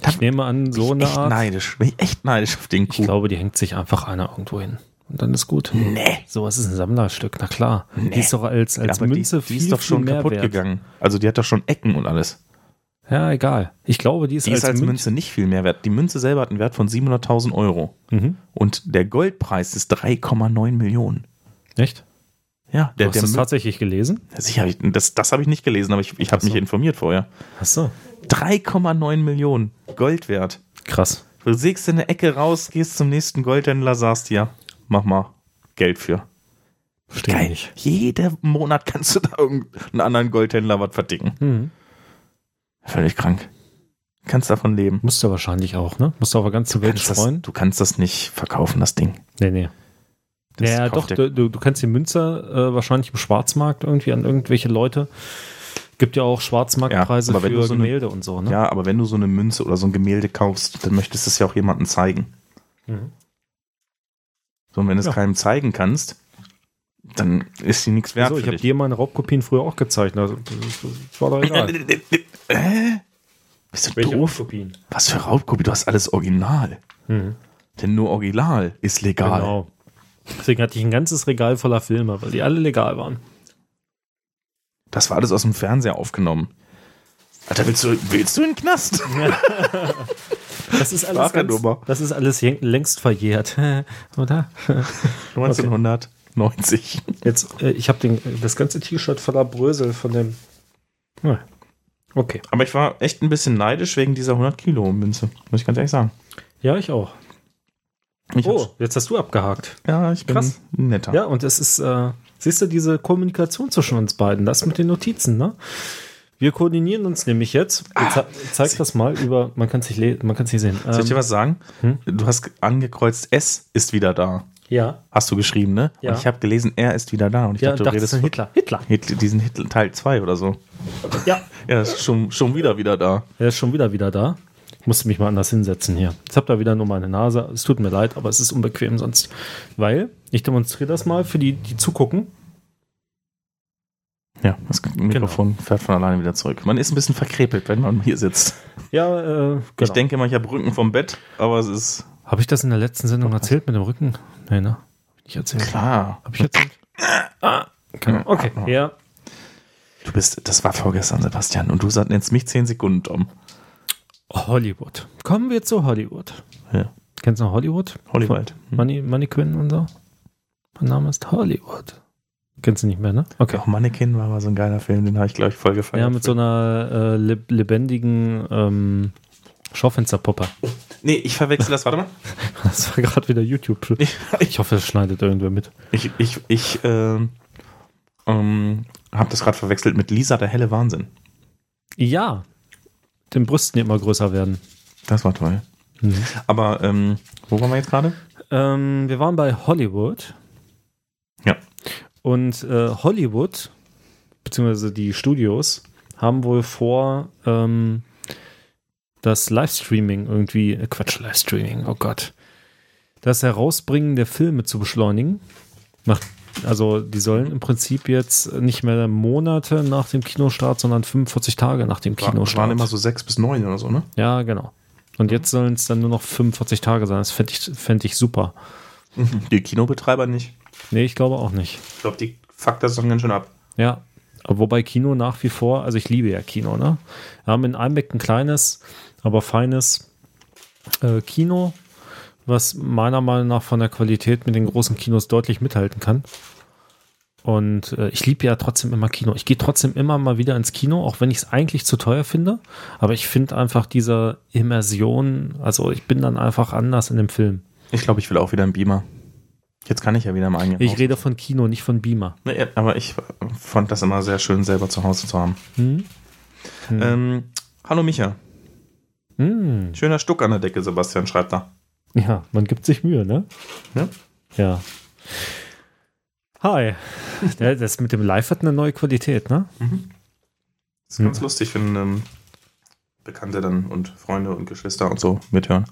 S1: Ich
S2: Hab-
S1: nehme an, so
S2: bin
S1: eine
S2: ich echt
S1: Art.
S2: neidisch. Bin ich echt neidisch auf den
S1: Ich
S2: Kuh.
S1: glaube, die hängt sich einfach einer irgendwo hin. Und dann ist gut.
S2: nee.
S1: So, was ist ein Sammlerstück? Na klar. Die ist doch als, als
S2: aber
S1: Münze
S2: die, die ist doch schon
S1: mehr
S2: kaputt
S1: wert.
S2: gegangen. Also die hat doch schon Ecken und alles.
S1: Ja, egal. Ich glaube, die ist,
S2: Die
S1: als,
S2: ist als
S1: Münze.
S2: Münze nicht viel mehr wert. Die Münze selber hat einen Wert von 700.000 Euro.
S1: Mhm.
S2: Und der Goldpreis ist 3,9 Millionen.
S1: Echt?
S2: Ja,
S1: Du
S2: der,
S1: hast
S2: der
S1: das
S2: Mün-
S1: tatsächlich gelesen?
S2: Sicher hab ich, das, das habe ich nicht gelesen, aber ich, ich habe mich informiert vorher.
S1: Achso.
S2: 3,9 Millionen Gold wert.
S1: Krass.
S2: Du sägst in der Ecke raus, gehst zum nächsten Goldhändler, sagst dir, mach mal Geld für.
S1: Verstehe
S2: Geil.
S1: nicht.
S2: Jeden Monat kannst du da irgendeinen anderen Goldhändler was verdicken.
S1: Mhm.
S2: Völlig krank. Kannst davon leben.
S1: Musst du wahrscheinlich auch, ne? Musst du auf der ganzen Welt
S2: Kannst
S1: streuen.
S2: Das, du kannst das nicht verkaufen, das Ding.
S1: Nee, nee.
S2: Das
S1: ja, doch,
S2: kauft der-
S1: du, du du kannst die Münze äh, wahrscheinlich im Schwarzmarkt irgendwie an irgendwelche Leute. Gibt ja auch Schwarzmarktpreise
S2: Ja, aber wenn
S1: für
S2: du so eine-
S1: Gemälde und so, ne?
S2: Ja, aber wenn du so eine Münze oder so ein Gemälde kaufst, dann möchtest du es ja auch jemandem zeigen.
S1: Mhm.
S2: So, und wenn du es
S1: Ja.
S2: keinem zeigen kannst, dann ist sie nichts wert
S1: so, ich
S2: für
S1: habe
S2: dich. Äh,
S1: dir meine Raubkopien früher auch gezeichnet. Also, Das, das war doch egal.
S2: Hä? äh, Bist du doof?
S1: Raubkopien?
S2: Was für Raubkopie? Du hast alles original.
S1: Mhm.
S2: Denn nur original ist legal.
S1: Genau. Deswegen hatte ich ein ganzes Regal voller Filme, weil die alle legal waren.
S2: Das war alles aus dem Fernseher aufgenommen. Alter, willst du, willst du in den Knast?
S1: Das ist alles,
S2: Wahre
S1: ganz,
S2: Nummer.
S1: das ist alles jen- längst verjährt. Oder?
S2: 1990.
S1: Jetzt, äh, ich habe das ganze T-Shirt voller Brösel von dem. Ah. Okay.
S2: Aber ich war echt ein bisschen neidisch wegen dieser 100 Kilo Münze. Muss ich ganz ehrlich sagen.
S1: Ja, ich auch.
S2: Ich
S1: Oh,
S2: hab's-
S1: jetzt hast du abgehakt.
S2: ja, ich bin
S1: krass.
S2: ein netter.
S1: Ja, und es ist, äh, siehst du, diese Kommunikation zwischen uns beiden, das mit den Notizen, ne? Wir koordinieren uns nämlich jetzt.
S2: Ah,
S1: Ich ze ich zeig das mal über, man kann es nicht, le- man kann's nicht sehen.
S2: Soll ich dir
S1: Ähm,
S2: was sagen? Du hast angekreuzt, S ist wieder da.
S1: Ähm, ja,
S2: Hast du geschrieben, ne?
S1: Ja.
S2: Und ich habe gelesen, er ist wieder da. Und ich
S1: ja,
S2: dachte, du
S1: dachte, das
S2: redest
S1: ist
S2: von
S1: Hitler. Hitler.
S2: Hitler, diesen Hitler Teil 2 oder so.
S1: Ja.
S2: Ja, ist schon, schon wieder wieder da.
S1: Er ist schon wieder wieder da. Ich musste mich mal anders hinsetzen hier. Ich habe da wieder nur meine Nase. Es tut mir leid, aber es ist unbequem sonst. Weil, ich demonstriere das mal für die, die zugucken.
S2: Ja, das Mikrofon Genau. fährt von alleine wieder zurück. Man ist ein bisschen verkrepelt, wenn man hier sitzt.
S1: Ja, äh, genau.
S2: Ich denke immer, ich habe Rücken vom Bett, aber es ist
S1: Habe ich das in der letzten Sendung erzählt mit dem Rücken? Nee, ne? Hab ich nicht erzählt.
S2: Klar.
S1: Hab ich erzählt? Ah, genau. Okay, ja.
S2: Du bist, das war vorgestern, Sebastian. Und du sagst jetzt mich 10 Sekunden, Tom.
S1: Hollywood. Kommen wir zu Hollywood.
S2: Ja.
S1: Kennst du noch Hollywood?
S2: Hollywood.
S1: Von Money, Money Quinn und so? Mein Name ist Hollywood. Kennst du nicht mehr, ne? Okay.
S2: Auch Oh, Mannequin war mal so ein geiler Film, den habe ich, glaube ich, voll gefallen.
S1: Ja, mit so einer äh, leb- lebendigen ähm, Schaufensterpuppe.
S2: nee, ich verwechsel das, warte mal.
S1: Das war gerade wieder YouTube.
S2: Ich,
S1: Ich hoffe, das schneidet irgendwer mit.
S2: ich, ich, ich ähm, ähm, habe das gerade verwechselt mit Lisa, der helle Wahnsinn.
S1: Ja. Den Brüsten, die immer größer werden. Mhm.
S2: Das war toll. Aber ähm, wo waren wir jetzt gerade?
S1: Ähm, wir waren bei Hollywood.
S2: Ja.
S1: Und äh, Hollywood, beziehungsweise die Studios, haben wohl vor, ähm, das Livestreaming irgendwie, äh, Quatsch, Livestreaming, oh Gott, das Herausbringen der Filme zu beschleunigen. Nach, also die sollen im Prinzip jetzt nicht mehr Monate nach dem Kinostart, sondern 45 Tage nach dem Kinostart.
S2: waren immer so Mhm. sechs bis neun oder so, ne?
S1: Ja, genau. Und jetzt sollen es dann nur noch 45 Tage sein. Das fände ich, fänd ich super.
S2: Die Kinobetreiber nicht.
S1: Nee, ich glaube auch nicht.
S2: Ich glaube, die fuckt das dann ganz schön ab.
S1: Ja. Aber wobei Kino nach wie vor, also ich liebe ja Kino, ne? Wir haben in Einbeck ein kleines, aber feines äh, Kino, was meiner Meinung nach von der Qualität mit den großen Kinos deutlich mithalten kann. Und äh, ich liebe ja trotzdem immer Kino. Ich gehe trotzdem immer mal wieder ins Kino, auch wenn ich es eigentlich zu teuer finde. Aber ich finde einfach diese Immersion, also ich bin dann einfach anders in dem Film.
S2: Ich glaube, ich will auch wieder einen Beamer. Jetzt kann ich ja wieder im eigenen
S1: Ich
S2: Haus.
S1: rede von Kino, nicht von Beamer.
S2: Nee, aber ich fand das immer sehr schön, selber zu Hause zu haben.
S1: Hm? Hm.
S2: Ähm, hallo Micha.
S1: Hm.
S2: Schöner Stuck an der Decke, Sebastian schreibt da.
S1: Ja, man gibt sich Mühe, ne?
S2: Ja.
S1: Ja. Hi. Ja, das mit dem Live hat eine neue Qualität, ne?
S2: Das ist ganz lustig, wenn ähm, Bekannte dann und Freunde und Geschwister und so mithören.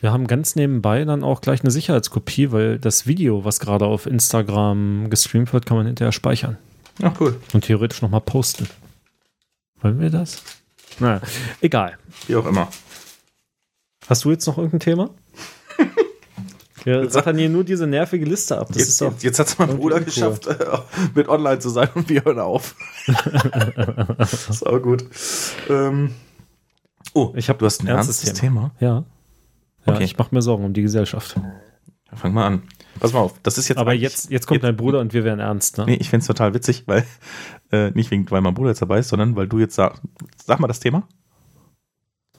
S1: Wir haben ganz nebenbei dann auch gleich eine Sicherheitskopie, weil das Video, was gerade auf Instagram gestreamt wird, kann man hinterher speichern
S2: Ja, cool.
S1: und theoretisch nochmal posten. Wollen wir das? Naja, egal.
S2: Wie auch immer.
S1: Hast du jetzt noch irgendein Thema? Ja,
S2: Jetzt
S1: sag dann hier nur diese nervige Liste ab. Das ist
S2: Jetzt,
S1: doch.
S2: jetzt, jetzt hat es mein
S1: irgendwie
S2: Bruder
S1: uncool.
S2: geschafft, äh, mit online zu sein und wir hören auf. ist auch gut. Ähm, oh,
S1: Ich hab
S2: du hast ein
S1: ernstes
S2: ernstes, Thema.
S1: Ja. Ja,
S2: Okay.
S1: ich mache mir Sorgen um die Gesellschaft.
S2: Thema. Fang mal an. Pass mal auf, das ist jetzt.
S1: Aber
S2: eigentlich-
S1: jetzt, jetzt kommt dein Bruder und wir werden ernst, ne?
S2: Nee, ich find's total witzig, weil äh, nicht wegen, weil mein Bruder jetzt dabei ist, sondern weil du jetzt sagst, sag mal das Thema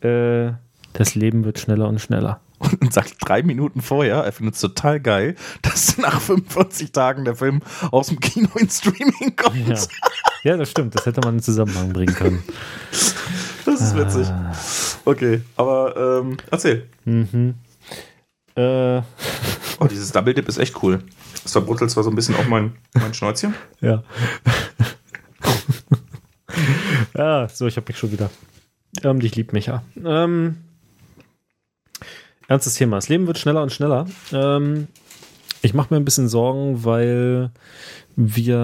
S1: Äh, das Leben wird schneller und schneller.
S2: und sagst drei Minuten vorher, er findet es total geil, dass nach 45 Tagen der Film aus dem Kino ins Streaming kommt.
S1: Ja. ja, das stimmt. Das hätte man in Zusammenhang bringen können.
S2: Das ist witzig.
S1: Ah.
S2: Okay, aber ähm, erzähl.
S1: Mhm. Äh,
S2: Oh, dieses Double Dip ist echt cool. Das verbrutzelt zwar so ein bisschen auch mein, mein Schnäuzchen.
S1: ja. ja, so, ich habe mich schon wieder. Ähm, dich liebt mich, ja. Ähm, ernstes Thema. Das Leben wird schneller und schneller. Ähm, ich mache mir ein bisschen Sorgen, weil wir,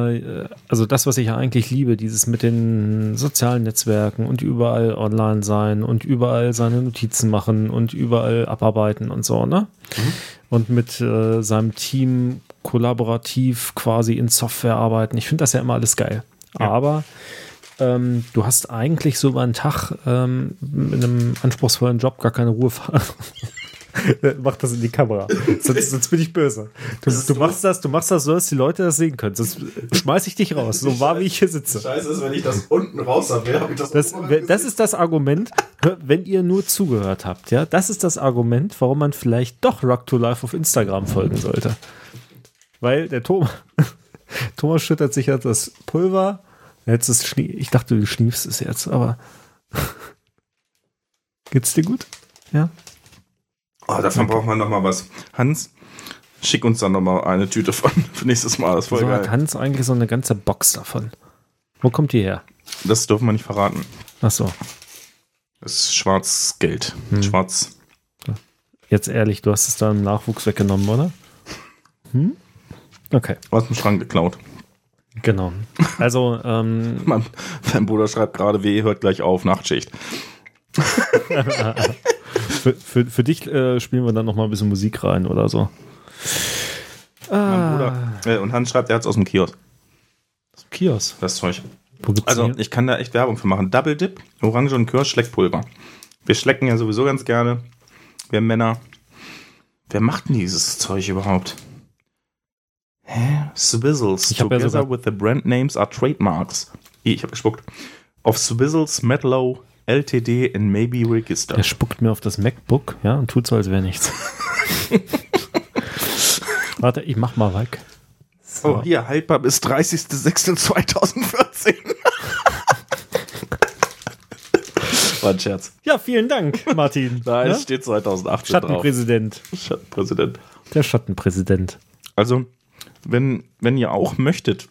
S1: äh, also das, was ich ja eigentlich liebe, dieses mit den sozialen Netzwerken und überall online sein und überall seine Notizen machen und überall abarbeiten und so, ne? Und mit äh, seinem Team kollaborativ quasi in Software arbeiten. Ich finde das ja immer alles geil. Aber ähm, du hast eigentlich so über einen Tag ähm, mit einem anspruchsvollen Job gar keine Ruhe. Mach das in die Kamera. Sonst, sonst bin ich böse. Du, du machst das, du machst das so, dass die Leute das sehen können. Sonst schmeiß ich dich raus, so wahr wie ich hier sitze.
S2: Scheiße ist, wenn ich das unten raus habe, habe ich
S1: Das, das ist das Argument, wenn ihr nur zugehört habt, ja, das ist das Argument, warum man vielleicht doch Rock to Life auf Instagram folgen sollte. Weil der Thomas, Thomas schüttert sich jetzt das Pulver. Jetzt ist Schnie ich dachte, du schniefst es jetzt, aber geht's dir gut? Ja.
S2: Oh, davon braucht man nochmal was. Hans, schick uns dann nochmal eine Tüte von für nächstes Mal. Das ist voll
S1: So
S2: geil.
S1: hat Hans eigentlich so eine ganze Box davon. Wo kommt die her?
S2: Das dürfen wir nicht verraten.
S1: Ach so.
S2: Das ist Schwarzgeld.
S1: Hm.
S2: Schwarz.
S1: Jetzt ehrlich, du hast es da im Nachwuchs weggenommen, oder? Hm? Okay,
S2: Aus dem Schrank geklaut.
S1: genau. Also, ähm,
S2: Mein, mein Bruder schreibt gerade, weh, hört gleich auf, Nachtschicht.
S1: Für, für, für dich äh, spielen wir dann nochmal ein bisschen Musik rein oder so. Ah.
S2: Mein Bruder. Äh, und Hans schreibt, er hat es aus dem Kiosk,
S1: Kiosk.
S2: das Zeug.
S1: Wo gibt's
S2: Also,
S1: denn hier?
S2: ich kann da echt Werbung für machen. Double Dip, Orange und Kirsch, Schleckpulver. Wir schlecken ja sowieso ganz gerne. Wir Männer. Wer macht denn dieses Zeug überhaupt? Hä? Swizzles.
S1: Ich hab ja
S2: Together
S1: sogar-
S2: with the brand names are trademarks. Ih, Ich habe gespuckt. Of Swizzles, Metlow, LTD and maybe registered.
S1: Er spuckt mir auf das MacBook, ja, und tut so, als wäre nichts. Warte, ich mach mal weg. So.
S2: Oh, hier, haltbar bis 30.06.2014. War ein Scherz.
S1: Ja, vielen Dank, Martin.
S2: Nein,
S1: Ne?
S2: es steht 2018 drauf.
S1: Schattenpräsident.
S2: Schattenpräsident.
S1: Der Schattenpräsident.
S2: Also, wenn, wenn ihr auch möchtet,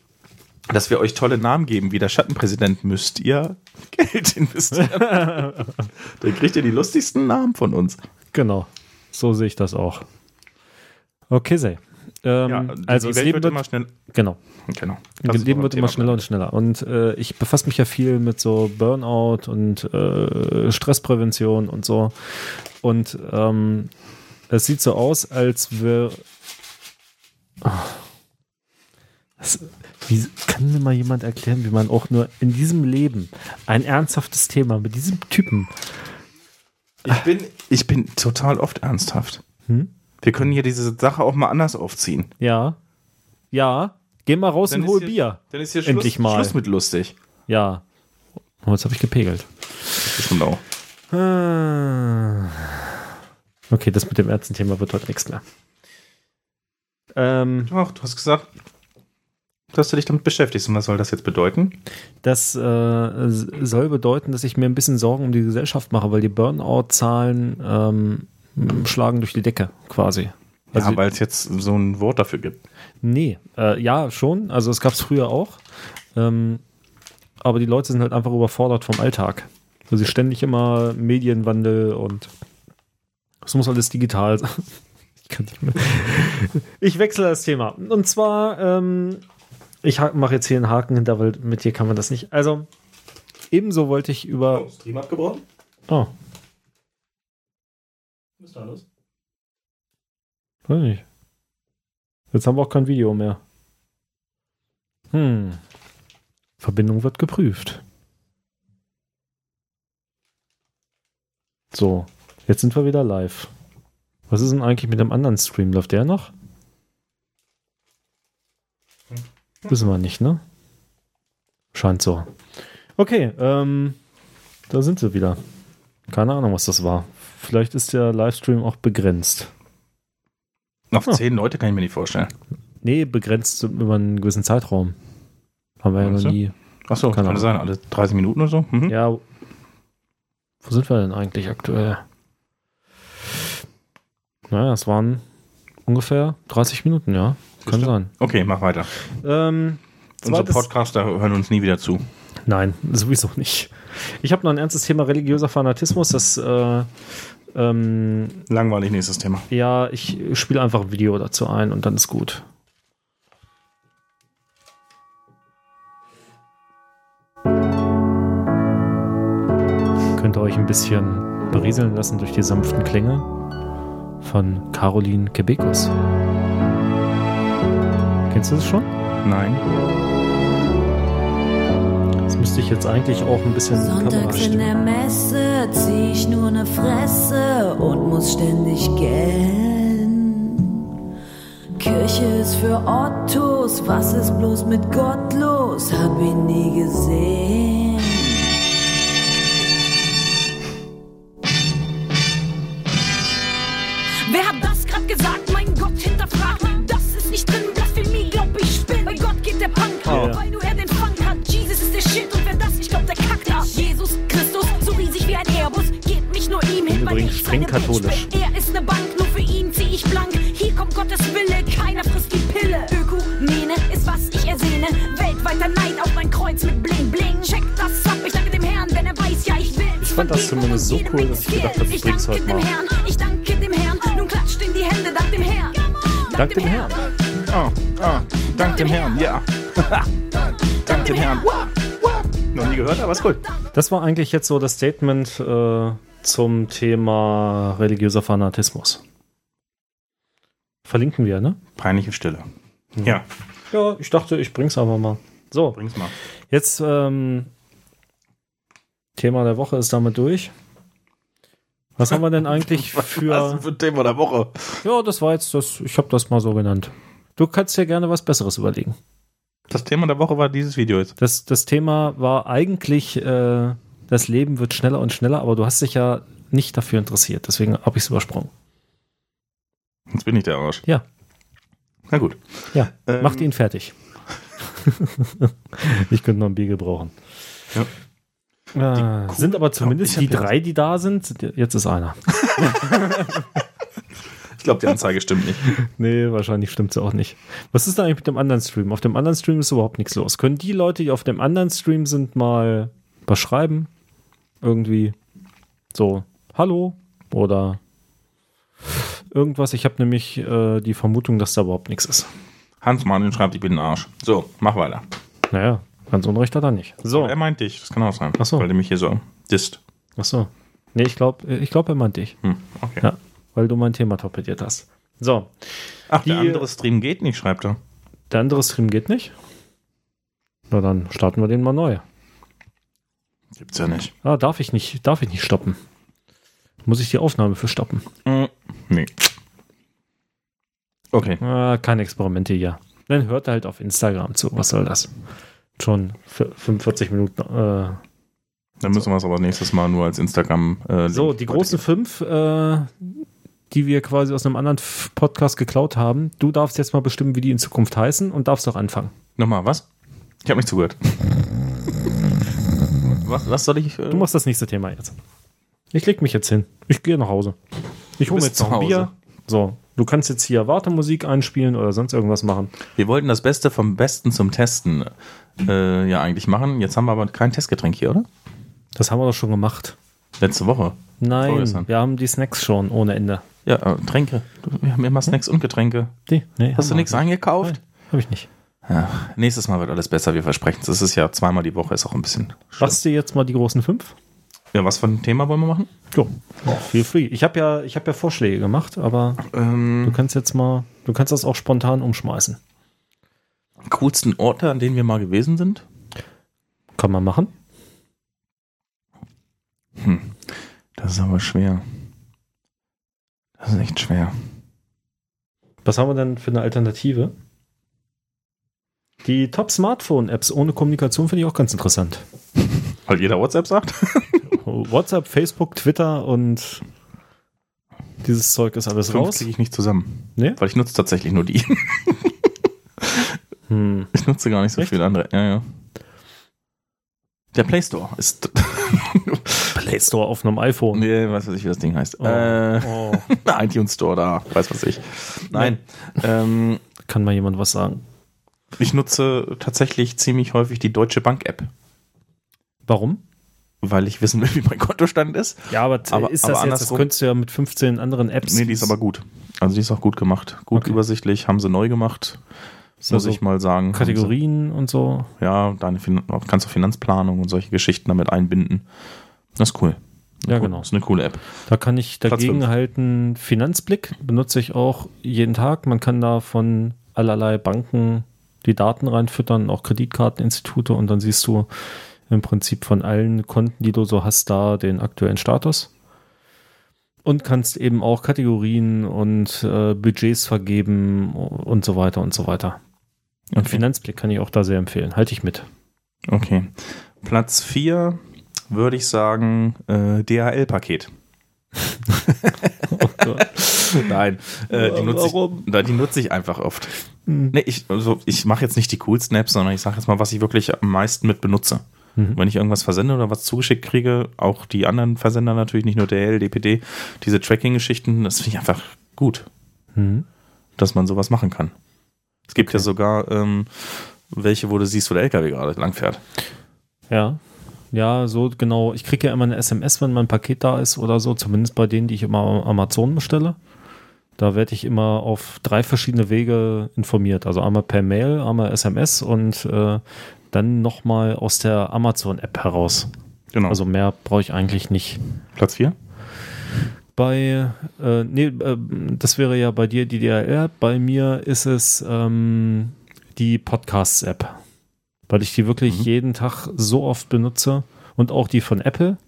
S2: dass wir euch tolle Namen geben, wie der Schattenpräsident, müsst ihr Geld investieren. Dann kriegt ihr die lustigsten Namen von uns.
S1: Genau. So sehe ich das auch. Okay, sei. Ähm, also,
S2: die
S1: das
S2: Welt
S1: Leben
S2: wird
S1: wird,
S2: immer schnell.
S1: genau.
S2: Genau.
S1: In
S2: Lass
S1: dem
S2: uns
S1: Leben
S2: mal
S1: wird
S2: beim
S1: immer
S2: Thema
S1: schneller und schneller. Und äh, ich befasse mich ja viel mit so Burnout und äh, Stressprävention und so. Und ähm, es sieht so aus, als wäre. Das, wie, kann mir mal jemand erklären, wie man auch nur in diesem Leben ein ernsthaftes Thema mit diesem Typen.
S2: Ich bin, ich bin total oft ernsthaft.
S1: Hm?
S2: Wir können hier diese Sache auch mal anders aufziehen.
S1: Ja. Ja. Geh mal raus und
S2: ist
S1: hol
S2: hier,
S1: Bier.
S2: Dann ist hier Schluss,
S1: Endlich mal.
S2: Schluss mit lustig.
S1: Ja. Oh, jetzt habe ich gepegelt.
S2: Bestimmt auch.
S1: Okay, Ah. das mit dem Ärztenthema wird heute nichts mehr. Ähm,
S2: Doch, du hast gesagt, dass du dich damit beschäftigst. Und was soll das jetzt bedeuten?
S1: das äh, s- soll bedeuten, dass ich mir ein bisschen Sorgen um die Gesellschaft mache, weil die Burnout-Zahlen ähm, m- schlagen durch die Decke quasi. Also,
S2: ja, weil es jetzt so ein Wort dafür gibt.
S1: nee, äh, ja, schon. Also es gab es früher auch. Ähm, aber die Leute sind halt einfach überfordert vom Alltag. Also sie ständig immer Medienwandel und es muss alles digital sein. Ich, kann nicht mehr. ich wechsle das Thema. Und zwar, ähm, ich mache jetzt hier einen Haken hinter, weil mit dir kann man das nicht. Also, ebenso wollte ich über.
S2: Stream abgebrochen?
S1: Oh,
S2: Was ist da los?
S1: weiß nicht. Jetzt haben wir auch kein Video mehr. Hm. Verbindung wird geprüft. So, jetzt sind wir wieder live. Was ist denn eigentlich mit dem anderen Stream? Läuft der noch? Wissen wir nicht, ne? Scheint so. Okay, ähm, da sind wir wieder. Keine Ahnung, was das war. Vielleicht ist der Livestream auch begrenzt.
S2: Auf
S1: Ah.
S2: zehn Leute kann ich mir nicht vorstellen.
S1: Nee, begrenzt über einen gewissen Zeitraum. Haben wir ja
S2: Meinst
S1: noch
S2: du?
S1: nie.
S2: Achso,
S1: Keine
S2: kann
S1: Ahnung.
S2: sein, alle 30 Minuten oder so. Mhm.
S1: Ja. Wo sind wir denn eigentlich aktuell? Naja, es waren ungefähr 30 Minuten, ja. Kann
S2: Bestimmt.
S1: sein.
S2: Okay, mach weiter.
S1: Ähm,
S2: Unsere
S1: zweites-
S2: Podcaster hören uns nie wieder zu.
S1: Nein, sowieso nicht. Ich habe noch ein ernstes Thema religiöser Fanatismus. Das, äh, ähm,
S2: Langweilig, nächstes Thema.
S1: ja, ich spiele einfach ein Video dazu ein und dann ist gut. Könnt ihr euch ein bisschen berieseln lassen durch die sanften Klänge von Caroline Kebekus. Kennst du das schon?
S2: Nein.
S1: Das müsste ich jetzt eigentlich auch ein bisschen Kamera
S3: Sonntags in
S1: stimmen.
S3: der Messe zieh ich nur ne Fresse und muss ständig gellen. Kirche ist für Ottos, was ist bloß mit Gott los? Hab ihn nie gesehen.
S4: Wer hat das grad gesagt? Mein Gott, hinterfragt. Das ist nicht drin, Blasphemie, glaub ich spinn. Bei Gott geht der Punk ab,
S1: Ja.
S4: weil nur er den Funk hat. Jesus ist der Shit und wer das nicht glaubt, der kackt ab. Jesus Christus, so riesig wie ein Airbus, geht mich nur ihm hin, weil
S1: übrigens
S4: ich
S1: streng
S4: seine Bitch
S1: katholisch.
S4: bin. Er ist ne Bank, nur für ihn zieh ich blank. Hier kommt Um Gottes Wille, keiner frisst die Pille. Ökumene ist, was ich ersehne. Weltweiter Neid auf mein Kreuz mit Bling Bling. Check das ab, ich danke dem Herrn, denn er weiß ja, ich will. Ich
S1: fand das zumindest so cool, dass ich gedacht habe, ich bring's heute mal.
S4: Herrn, ich danke dem Herrn. Nun klatscht in die Hände, dank dem Herrn.
S1: Dank dem Herrn.
S2: Ah, ah, dank dem Herrn, ja. dank dem Herrn. Noch nie gehört, aber ist cool.
S1: Das war eigentlich jetzt so das Statement äh, zum Thema religiöser Fanatismus. Verlinken wir, ne?
S2: Peinliche Stille. Ja,
S1: Ja, ich dachte, ich bring's aber mal. So,
S2: bring's mal.
S1: jetzt ähm, Thema der Woche ist damit durch. Was haben wir denn eigentlich
S2: Was
S1: für.
S2: denn für ein Thema der Woche?
S1: Ja, das war jetzt das, ich habe das mal so genannt. Du kannst dir gerne was Besseres überlegen.
S2: Das Thema der Woche war dieses Video jetzt.
S1: Das, das Thema war eigentlich, äh, das Leben wird schneller und schneller, aber du hast dich ja nicht dafür interessiert, deswegen habe ich es übersprungen.
S2: Jetzt bin ich der Arsch.
S1: Ja.
S2: Na gut.
S1: Ja,
S2: Ähm.
S1: macht ihn fertig. ich könnte noch ein Bier gebrauchen.
S2: Ja.
S1: Äh,
S2: Kuh-
S1: sind aber zumindest
S2: Ich hab
S1: die
S2: jetzt-
S1: drei, die da sind. sind- Jetzt ist einer.
S2: Ich glaube, die Anzeige stimmt nicht.
S1: Nee, wahrscheinlich stimmt es auch nicht. Was ist da eigentlich mit dem anderen Stream? Auf dem anderen Stream ist überhaupt nichts los. Können die Leute, die auf dem anderen Stream sind, mal was schreiben? Irgendwie so, hallo oder irgendwas. Ich habe nämlich äh, die Vermutung, dass da überhaupt nichts ist.
S2: Hans Martin schreibt, ich bin ein Arsch. So, mach weiter.
S1: Naja, ganz unrecht hat er nicht. So,
S2: Er meint dich, das kann auch sein.
S1: Ach so.
S2: Weil du mich hier so disst.
S1: achso. Nee, ich glaube, ich glaub, er meint dich.
S2: Hm, okay.
S1: Ja, weil du mein Thema torpediert hast. So,
S2: Ach, der
S1: Die-
S2: andere Stream geht nicht, schreibt er.
S1: der andere Stream geht nicht. Na dann starten wir den mal neu.
S2: Gibt's ja nicht.
S1: Ah, darf ich nicht, darf ich nicht stoppen. Muss ich die Aufnahme für stoppen?
S2: Hm, nee. Okay.
S1: Ah, keine Experimente hier. Dann hört halt auf Instagram zu. Was soll das? Schon für 45 Minuten. Äh.
S2: Dann müssen wir es aber nächstes Mal nur als Instagram. Äh,
S1: So,
S2: Link
S1: die großen fünf, äh, die wir quasi aus einem anderen F- Podcast geklaut haben. Du darfst jetzt mal bestimmen, wie die in Zukunft heißen und darfst auch anfangen.
S2: Nochmal, was? Ich habe nicht zugehört. was, was soll ich? Äh,
S1: Du machst das nächste Thema jetzt. Ich leg mich jetzt hin. Ich gehe nach Hause. Ich hole mir jetzt
S2: bist
S1: noch ein
S2: zu
S1: Bier.
S2: Hause.
S1: So, du kannst jetzt hier Wartemusik einspielen oder sonst irgendwas machen.
S2: wir wollten das Beste vom Besten zum Testen äh, ja eigentlich machen. Jetzt haben wir aber kein Testgetränk hier, oder?
S1: Das haben wir doch schon gemacht.
S2: Letzte Woche.
S1: Nein,
S2: Vorgestern.
S1: wir haben die Snacks schon ohne Ende.
S2: Ja, äh, Tränke. Du- Wir haben immer Snacks und Getränke.
S1: Die? Nee,
S2: Hast du nichts eingekauft?
S1: Habe ich nicht.
S2: Ja, nächstes Mal wird alles besser, wir versprechen es. Es ist ja zweimal die Woche, ist auch ein bisschen.
S1: Machst du jetzt mal die großen fünf?
S2: Ja, was für ein Thema wollen wir machen?
S1: Jo, feel free. Ich habe ja, ich hab ja Vorschläge gemacht, aber
S2: Ähm, Mhm.
S1: du kannst jetzt mal, du kannst das auch spontan umschmeißen.
S2: Coolsten Orte, an denen wir mal gewesen sind?
S1: Kann man machen.
S2: Das ist aber schwer. Das ist echt schwer.
S1: Was haben wir denn für eine Alternative? Die Top-Smartphone-Apps ohne Kommunikation finde ich auch ganz interessant.
S2: Weil jeder WhatsApp sagt?
S1: WhatsApp, Facebook, Twitter und dieses Zeug ist alles
S2: Fünf
S1: raus.
S2: kriege ich nicht zusammen.
S1: Nee?
S2: Weil ich nutze tatsächlich nur die.
S1: Hm.
S2: Ich nutze gar nicht so
S1: Echt?
S2: viel andere. Ja, ja. Der Play Store ist.
S1: Play Store auf einem iPhone.
S2: nee, weiß was ich, wie das Ding heißt.
S1: Oh.
S2: Äh,
S1: Oh.
S2: der iTunes Store da, weiß was ich. Nein. ähm,
S1: Kann mal jemand was sagen?
S2: ich nutze tatsächlich ziemlich häufig die Deutsche Bank App,
S1: Warum?
S2: weil ich wissen will, wie mein Kontostand ist.
S1: Ja, aber, t-
S2: Aber-
S1: ist
S2: aber
S1: das jetzt, das
S2: andersrum-
S1: könntest du ja mit 15 anderen Apps.
S2: Nee, die ist aber gut. Also die ist auch gut gemacht. Gut
S1: Okay.
S2: übersichtlich, haben sie neu gemacht,
S1: so-
S2: muss
S1: so
S2: ich mal sagen.
S1: Kategorien und so.
S2: Haben sie- Ja, deine fin kannst du Finanzplanung und solche Geschichten damit einbinden. Das ist cool.
S1: Ja,
S2: Cool.
S1: genau.
S2: Ist eine coole App.
S1: Da kann ich
S2: Platz
S1: dagegen
S2: fünf.
S1: halten, Finanzblick benutze ich auch jeden Tag. Man kann da von allerlei Banken die Daten reinfüttern, auch Kreditkarteninstitute und dann siehst du im Prinzip von allen Konten, die du so hast, da den aktuellen Status. Und kannst eben auch Kategorien und äh, Budgets vergeben und so weiter und so weiter. Und
S2: Okay.
S1: Finanzblick kann ich auch da sehr empfehlen. Halte ich mit.
S2: Okay. Platz 4 würde ich sagen, äh, DHL-Paket.
S1: Oh Gott.
S2: Nein, äh, die nutze
S1: Warum?
S2: ich, da- die nutze ich einfach oft.
S1: Mhm.
S2: Nee, ich, also ich mache jetzt nicht die coolsten Apps, sondern ich sage jetzt mal, was ich wirklich am meisten mit benutze. Wenn ich irgendwas versende oder was zugeschickt kriege, auch die anderen Versender natürlich, nicht nur DL, DPD, diese Tracking-Geschichten, das finde ich einfach gut,
S1: Mhm.
S2: dass man sowas machen kann. Es gibt ja sogar ähm, welche, wo du siehst, wo der LKW gerade langfährt.
S1: Ja. Ja, so genau. Ich kriege ja immer eine SMS, wenn mein Paket da ist oder so, zumindest bei denen, die ich immer am Amazon bestelle. Da werde ich immer auf drei verschiedene Wege informiert. Also einmal per Mail, einmal SMS und äh, dann nochmal aus der Amazon-App heraus.
S2: Genau.
S1: Also mehr brauche ich eigentlich nicht.
S2: Platz 4?
S1: Bei, äh, nee, äh, das wäre ja bei dir die DRL-App. Bei mir ist es ähm, die Podcasts-App, weil ich die wirklich
S2: Mhm.
S1: jeden Tag so oft benutze und auch die von Apple.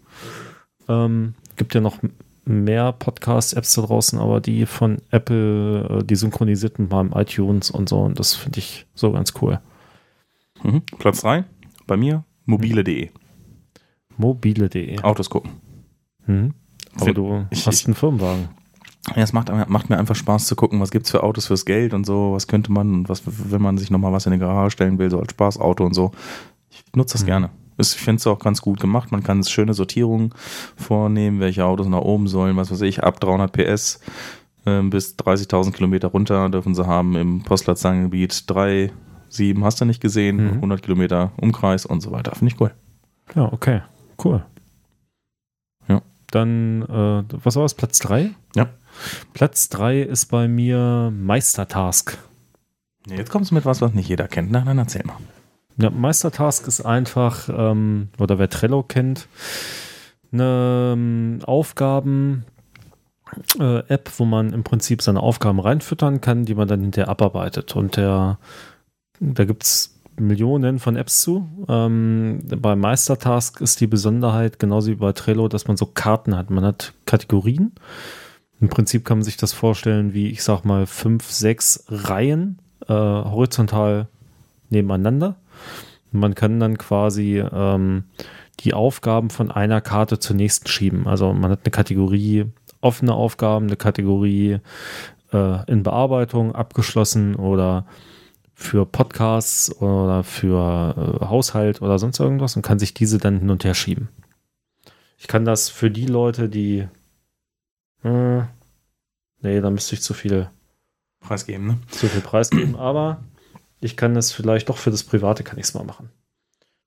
S1: Ähm, gibt ja noch m- mehr Podcast-Apps da draußen, aber die von Apple, äh, die synchronisiert mit meinem iTunes und so und das finde ich so ganz cool.
S2: Mhm. Platz 3, bei mir mobile.de.
S1: Mobile.de.
S2: Autos gucken.
S1: Mhm. Aber
S2: Find-
S1: du
S2: ich-
S1: hast
S2: ich-
S1: einen Firmenwagen.
S2: Ja, es macht, macht mir einfach Spaß zu gucken, was gibt's für Autos fürs Geld und so, was könnte man und was, wenn man sich nochmal was in die Garage stellen will, so als Spaßauto und so. Ich nutze das gerne. Ist, ich finde es auch ganz gut gemacht. Man kann schöne Sortierungen vornehmen, welche Autos nach oben sollen, was weiß ich, ab 300 PS ähm, bis 30.000 Kilometer runter dürfen sie haben im Postleitzahlengebiet 3, 7, hast du nicht gesehen,
S1: Mhm.
S2: 100 Kilometer Umkreis und so weiter. Finde ich cool.
S1: Ja, okay. Cool.
S2: Ja.
S1: Dann, äh, was war das? Platz 3?
S2: Ja.
S1: Platz 3 ist bei mir Meistertask.
S2: Jetzt kommst du mit was, was nicht jeder kennt. Nein, nein, erzähl mal.
S1: Ja, Meistertask ist einfach, ähm, oder wer Trello kennt, eine ähm, Aufgaben-App, wo man im Prinzip seine Aufgaben reinfüttern kann, die man dann hinterher abarbeitet. Und der, da gibt es Millionen von Apps zu. Ähm, bei Meistertask ist die Besonderheit, genauso wie bei Trello, dass man so Karten hat. Man hat Kategorien. Im Prinzip kann man sich das vorstellen wie, ich sag mal, fünf, sechs Reihen äh, horizontal nebeneinander. Man kann dann quasi ähm, die Aufgaben von einer Karte zur nächsten schieben. Also man hat eine Kategorie offene Aufgaben, eine Kategorie äh, in Bearbeitung, abgeschlossen oder für Podcasts oder für äh, Haushalt oder sonst irgendwas und kann sich diese dann hin und her schieben. Ich kann das für die Leute, die... Hm, nee, da müsste ich zu viel
S2: Preisgeben, ne?
S1: zu viel preisgeben, aber ich kann das vielleicht doch für das Private kann ich es mal machen.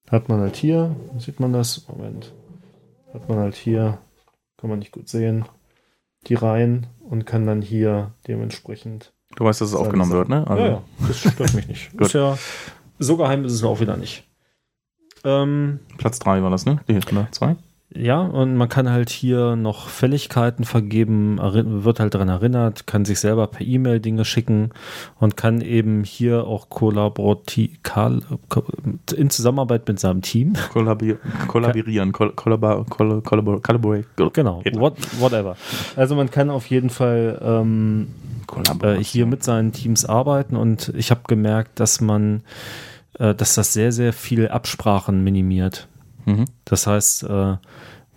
S1: Hat man halt hier, sieht man das? Moment. Hat man halt hier, kann man nicht gut sehen, die Reihen und kann dann hier dementsprechend.
S2: Du weißt, dass es aufgenommen wird, ne? Also-
S1: ja, ja, das stört mich nicht.
S2: Gut.
S1: Ist ja, so geheim ist es auch wieder nicht. Ähm,
S2: Platz 3 war das, ne? Die oder 2?
S1: ja, und man kann halt hier noch Fälligkeiten vergeben, errin- wird halt daran erinnert, kann sich selber per E-Mail Dinge schicken und kann eben hier auch kollaborativ in Zusammenarbeit mit seinem Team.
S2: Kollabi kollaborieren, kol kollabor kol kollabor collaborate.
S1: Genau, what, whatever. Also man kann auf jeden Fall ähm, äh, hier mit seinen Teams arbeiten und ich habe gemerkt, dass man, äh, dass das sehr, sehr viel Absprachen minimiert.
S2: Mhm.
S1: Das heißt, äh,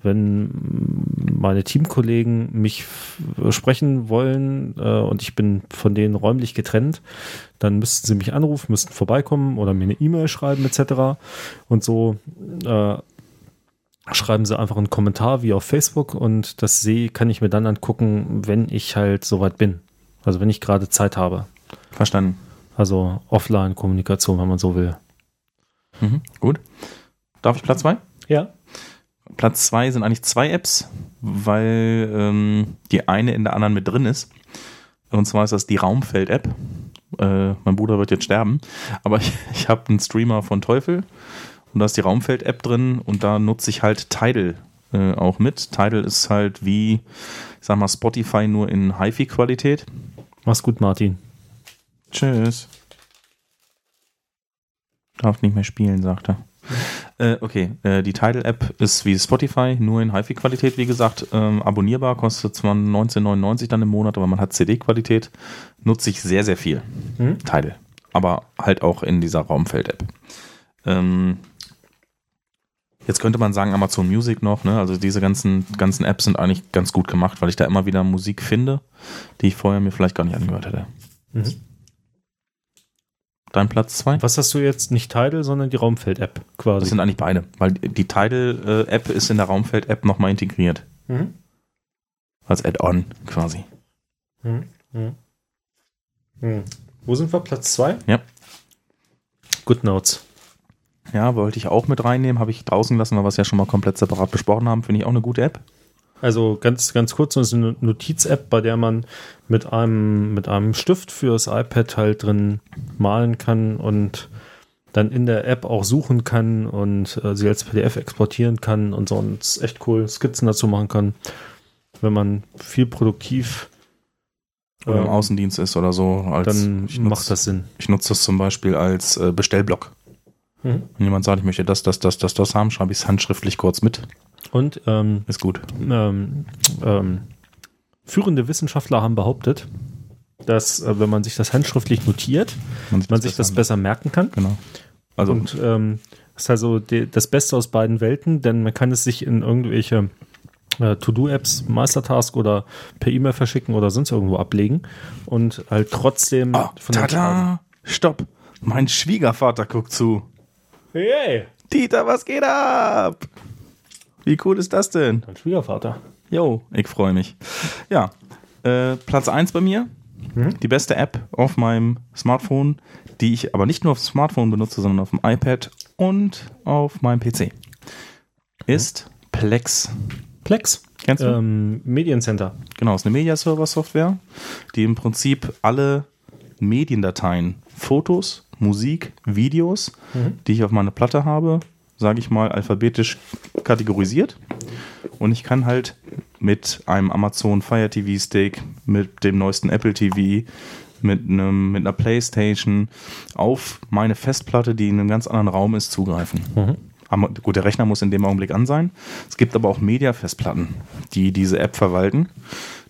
S1: wenn meine Teamkollegen mich f- sprechen wollen äh, und ich bin von denen räumlich getrennt, dann müssten sie mich anrufen, müssten vorbeikommen oder mir eine E-Mail schreiben etc. Und so äh, schreiben sie einfach einen Kommentar wie auf Facebook und das sehe, kann ich mir dann angucken, wenn ich halt soweit bin. Also wenn ich gerade Zeit habe.
S2: Verstanden.
S1: Also Offline-Kommunikation, wenn man so will.
S2: Mhm. Gut. Darf ich Platz 2?
S1: Ja.
S2: Platz 2 sind eigentlich zwei Apps, weil ähm, die eine in der anderen mit drin ist. Und zwar ist das die Raumfeld-App. Äh, mein Bruder wird jetzt sterben, aber ich, ich habe einen Streamer von Teufel und da ist die Raumfeld-App drin und da nutze ich halt Tidal äh, auch mit. Tidal ist halt wie, ich sag mal, Spotify nur in HiFi-Qualität.
S1: Mach's gut, Martin.
S2: Tschüss. Darf nicht mehr spielen, sagt er. Äh, okay, äh, die Tidal-App ist wie Spotify, nur in HiFi-Qualität, wie gesagt, ähm, abonnierbar, kostet zwar 19,99 dann im Monat, aber man hat CD-Qualität, nutze ich sehr, sehr viel,
S1: Mhm.
S2: Tidal. Aber halt auch in dieser Raumfeld-App. Ähm, jetzt könnte man sagen Amazon Music noch, ne? also diese ganzen, ganzen Apps sind eigentlich ganz gut gemacht, weil ich da immer wieder Musik finde, die ich vorher mir vielleicht gar nicht angehört hätte. Dein Platz 2?
S1: Was hast du jetzt? Nicht Tidal, sondern die Raumfeld-App quasi.
S2: Das Also sind eigentlich beide, weil die Tidal-App ist in der Raumfeld-App nochmal integriert.
S1: Mhm.
S2: Als Add-on quasi.
S1: Mhm. Mhm. Mhm. Wo sind wir? Platz 2?
S2: Ja.
S1: GoodNotes.
S2: Ja, wollte ich auch mit reinnehmen, habe ich draußen gelassen, weil wir es ja schon mal komplett separat besprochen haben. Finde ich auch eine gute App.
S1: Also ganz, ganz kurz, das ist eine Notiz-App, bei der man mit einem, mit einem Stift fürs iPad halt drin malen kann und dann in der App auch suchen kann und äh, sie als PDF exportieren kann und sonst echt cool Skizzen dazu machen kann. wenn man viel produktiv,
S2: Oder im
S1: ähm,
S2: Außendienst ist oder so. Als,
S1: dann
S2: ich nutz-
S1: macht das Sinn.
S2: Ich nutze das zum Beispiel als äh, Bestellblock.
S1: Mhm.
S2: Wenn jemand sagt, ich möchte das, das, das, das, das haben, schreibe ich es handschriftlich kurz mit.
S1: Und ähm,
S2: Ist gut.
S1: ähm, ähm, führende Wissenschaftler haben behauptet, dass äh, wenn man sich das handschriftlich notiert, man sich das
S2: besser.
S1: besser merken kann.
S2: Genau. Also
S1: Und ähm, das ist also die, das Beste aus beiden Welten, denn man kann es sich in irgendwelche äh, To-Do-Apps, Meistertask oder per E-Mail verschicken oder sonst irgendwo ablegen und halt trotzdem
S2: Ah,
S1: den Schaden-
S2: tada! Stopp! Mein Schwiegervater guckt zu.
S1: Hey,
S2: Dieter, was geht ab? Wie cool ist das denn?
S1: mein Schwiegervater.
S2: Jo, ich freue mich. Ja, äh, Platz 1 bei mir. Die beste App auf meinem Smartphone, die ich aber nicht nur auf dem Smartphone benutze, sondern auf dem iPad und auf meinem PC, ist Plex.
S1: Plex.
S2: Kennst du?
S1: Ähm, Mediencenter.
S2: Genau, ist eine Media-Server-Software, die im Prinzip alle Mediendateien, Fotos, Musik, Videos, die ich auf meiner Platte habe, sage ich mal, alphabetisch kategorisiert. Und ich kann halt mit einem Amazon Fire TV Stick, mit dem neuesten Apple TV, mit, einem, mit einer Playstation auf meine Festplatte, die in einem ganz anderen Raum ist, zugreifen. Am- Gut, der Rechner muss in dem Augenblick an sein. Es gibt aber auch Media-Festplatten, die diese App verwalten.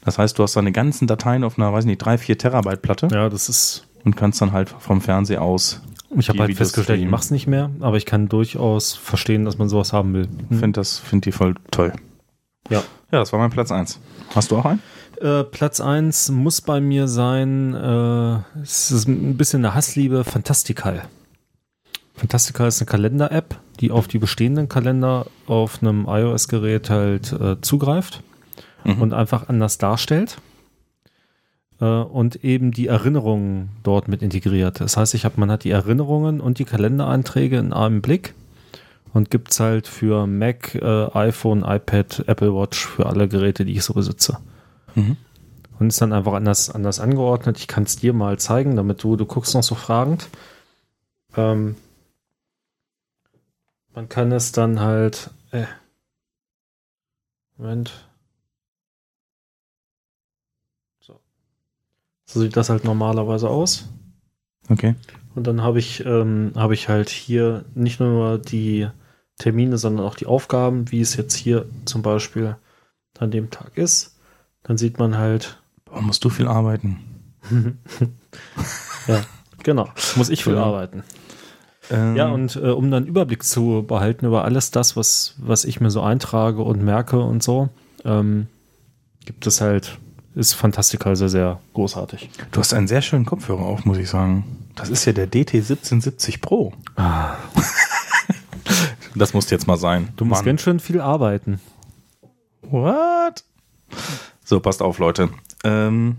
S2: Das heißt, du hast deine ganzen Dateien auf einer, weiß nicht, 3, 4 Terabyte Platte
S1: Ja, das ist.
S2: und kannst dann halt vom Fernseher aus.
S1: Ich habe
S2: die
S1: halt
S2: Videos
S1: festgestellt, ich
S2: streamen.
S1: mache es nicht mehr, aber ich kann durchaus verstehen, dass man sowas haben will.
S2: Ich finde das, finde die voll toll.
S1: Mhm. Ja.
S2: Ja, das war mein Platz 1. Hast du auch einen?
S1: Äh, Platz 1 muss bei mir sein, äh, es ist ein bisschen eine Hassliebe, Fantastical. Fantastical ist eine Kalender-App, die auf die bestehenden Kalender auf einem iOS-Gerät halt äh, zugreift und einfach anders darstellt. Äh, und eben die Erinnerungen dort mit integriert. Das heißt, ich hab, man hat die Erinnerungen und die Kalendereinträge in einem Blick und gibt es halt für Mac, äh, iPhone, iPad, Apple Watch, für alle Geräte, die ich so besitze. Und ist dann einfach anders, anders angeordnet. Ich kann es dir mal zeigen, damit du, du guckst noch so fragend. Ähm, man kann es dann halt. Äh, Moment. So. so sieht das halt normalerweise aus.
S2: Okay.
S1: Und dann habe ich, ähm, habe ich halt hier nicht nur die Termine, sondern auch die Aufgaben, wie es jetzt hier zum Beispiel an dem Tag ist. Dann sieht man halt,
S2: Warum musst du viel arbeiten?
S1: ja, genau, muss ich viel
S2: Genau.
S1: arbeiten.
S2: Ähm,
S1: Ja, und äh, um dann Überblick zu behalten über alles das, was, was ich mir so eintrage und merke und so, ähm, gibt es halt, ist Fantastica sehr, sehr großartig.
S2: du hast einen sehr schönen Kopfhörer auf, muss ich sagen. Das ist ja der DT1770 Pro.
S1: Ah,
S2: das musste jetzt mal sein.
S1: Du musst
S2: Mann.
S1: ganz schön viel arbeiten.
S2: What? So, passt auf, Leute. Ähm,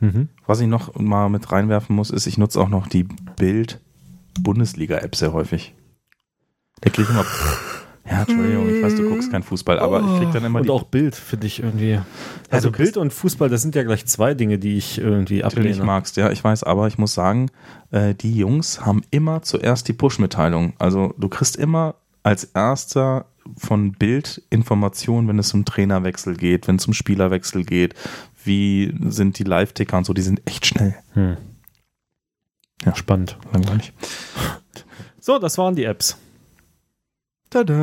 S1: Mhm.
S2: Was ich noch mal mit reinwerfen muss, ist, ich nutze auch noch die Bild-Bundesliga-App sehr häufig. Da kriege ich immer. Ja, Entschuldigung, ich weiß, du guckst keinen Fußball, aber ich kriege dann immer
S1: Und
S2: die.
S1: auch Bild finde ich irgendwie. Also
S2: du kriegst-
S1: Bild und Fußball, das sind ja gleich zwei Dinge, die ich irgendwie ablehne.
S2: Natürlich magst, ja, ich weiß, aber ich muss sagen, äh, die Jungs haben immer zuerst die Push-Mitteilung. Also du kriegst immer als erster von Bild Informationen, wenn es zum Trainerwechsel geht, wenn es zum Spielerwechsel geht, wie sind die Live-Ticker und so, die sind echt schnell.
S1: Hm. Ja, spannend.
S2: Langweilig.
S1: So, das waren die Apps.
S2: Tada!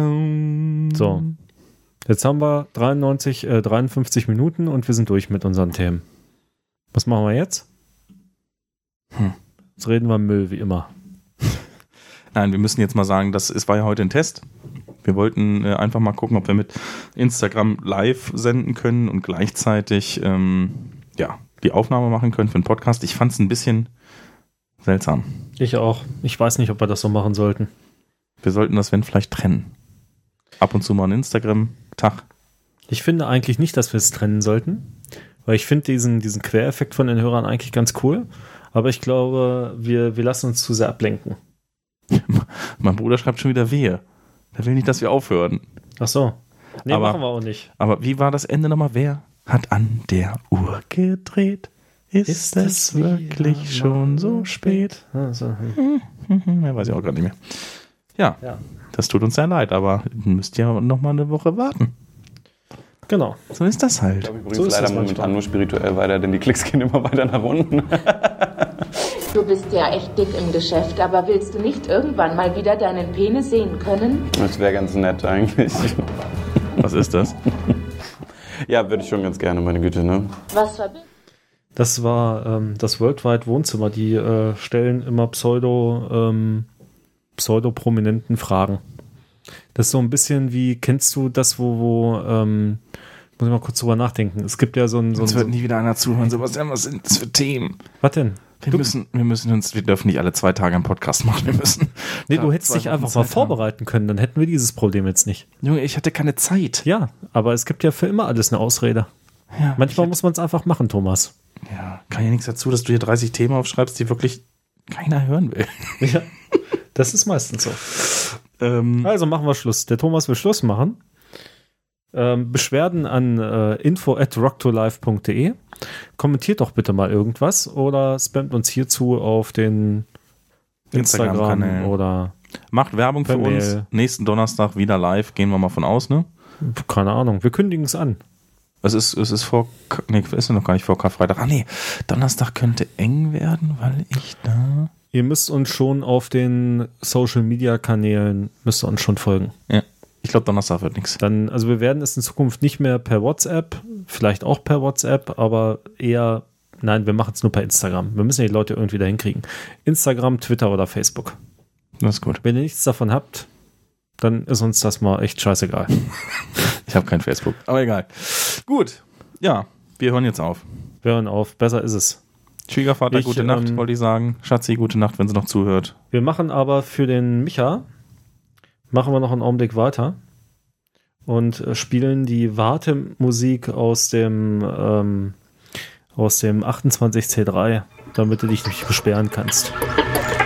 S1: So. Jetzt haben wir 93, äh, 53 Minuten und wir sind durch mit unseren Themen. Was machen wir jetzt?
S2: Hm.
S1: Jetzt reden wir Müll, wie immer.
S2: Nein, wir müssen jetzt mal sagen, das es war ja heute ein Test. Wir wollten äh, einfach mal gucken, ob wir mit Instagram live senden können und gleichzeitig ähm, ja, die Aufnahme machen können für den Podcast. Ich fand es ein bisschen seltsam.
S1: Ich auch. Ich weiß nicht, ob wir das so machen sollten.
S2: Wir sollten das, wenn, vielleicht trennen. Ab und zu mal einen Instagram-Tag.
S1: Ich finde eigentlich nicht, dass wir es trennen sollten, weil ich finde diesen, diesen Quereffekt von den Hörern eigentlich ganz cool. Aber ich glaube, wir, wir lassen uns zu sehr ablenken.
S2: Mein Bruder schreibt schon wieder Wehe. Der will nicht, dass wir aufhören.
S1: Ach so. Nee,
S2: Aber-
S1: machen wir auch nicht.
S2: Aber wie war das Ende nochmal? Wer hat an der Uhr gedreht? Ist,
S1: Ist
S2: es
S1: es wieder mal
S2: wirklich schon so spät?
S1: Also, hm.
S2: Ja, weiß ich auch gar nicht Mhm, mehr. Ja,
S1: Ja.
S2: das tut uns sehr leid, aber ihr müsst ja noch mal eine Woche warten.
S1: Genau.
S2: So ist das halt.
S5: Übrigens
S1: So ist
S5: leider
S1: das
S5: momentan
S1: manchmal.
S5: nur spirituell weiter, denn die Klicks gehen immer weiter nach unten.
S6: Du bist ja echt dick im Geschäft, aber willst du nicht irgendwann mal wieder deinen Penis sehen können?
S5: Das wäre ganz nett eigentlich.
S2: Was ist das?
S5: Ja, würde ich schon ganz gerne, meine Güte, ne?
S6: Was verbindet?
S1: Das war ähm, das Worldwide Wohnzimmer. Die äh, stellen immer Pseudo, ähm, Pseudo-Prominenten Fragen. Das ist so ein bisschen wie, kennst du das, wo, wo ähm, muss ich mal kurz drüber nachdenken. Es gibt ja so ein, so ein
S2: Uns wird
S1: so,
S2: nie wieder einer zuhören. Sebastian, was sind das für Themen?
S1: was denn?
S2: Wir müssen, wir müssen uns, wir dürfen nicht alle zwei Tage einen Podcast machen. Wir müssen.
S1: Nee, du
S2: Ja,
S1: hättest
S2: zwei
S1: dich
S2: Wochen
S1: einfach mal
S2: Zeit haben.
S1: vorbereiten können, dann hätten wir dieses Problem jetzt nicht.
S2: Junge, ich hatte keine Zeit.
S1: Ja, aber es gibt ja für immer alles eine Ausrede.
S2: Ja,
S1: Manchmal muss man es einfach machen, Thomas.
S2: ja, kann ja nichts dazu, dass du hier 30 Themen aufschreibst, die wirklich keiner hören will.
S1: Ja, das ist meistens so.
S2: Ähm,
S1: Also machen wir Schluss. Der Thomas will Schluss machen. Ähm, Beschwerden an äh, info at rocktolife.de. Kommentiert doch bitte mal irgendwas oder spammt uns hierzu auf den Instagram,
S2: Instagram-Kanälen.
S1: oder
S2: Macht Werbung für
S1: Per
S2: uns.
S1: Mail.
S2: Nächsten Donnerstag wieder live. Gehen wir mal von aus, ne?
S1: pf, keine Ahnung. Wir kündigen es an.
S2: Es ist, es ist vor, K- nee, ist ja noch gar nicht vor Karfreitag. Ah, nee, Donnerstag könnte eng werden, weil ich da.
S1: Ihr müsst uns schon auf den Social Media Kanälen müsst ihr uns schon folgen.
S2: Ja, ich glaube, Donnerstag wird nichts.
S1: Dann, also wir werden es in Zukunft nicht mehr per WhatsApp, vielleicht auch per WhatsApp, aber eher, nein, wir machen es nur per Instagram. Wir müssen ja die Leute irgendwie dahin kriegen. Instagram, Twitter oder Facebook.
S2: Das ist gut.
S1: Wenn ihr nichts davon habt, dann ist uns das mal echt scheißegal.
S2: Ich habe kein Facebook. Aber egal. Gut. Ja, wir hören jetzt auf.
S1: Wir hören auf, besser ist es.
S2: Schwiegervater,
S1: Ich,
S2: gute Nacht,
S1: ähm,
S2: wollte ich sagen. Schatzi, gute Nacht, wenn sie noch zuhört.
S1: Wir machen aber für den Micha, machen wir noch einen Augenblick weiter und äh, spielen die Wartemusik aus dem, ähm, aus dem 28C3, damit du dich nicht beschweren kannst.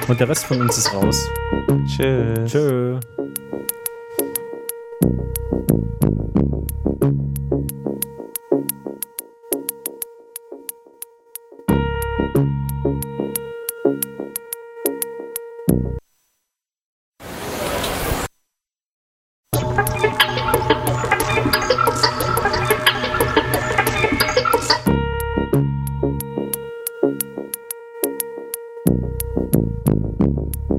S1: Und der Rest von uns ist raus. Äh,
S2: Tschüss.
S1: Tschö.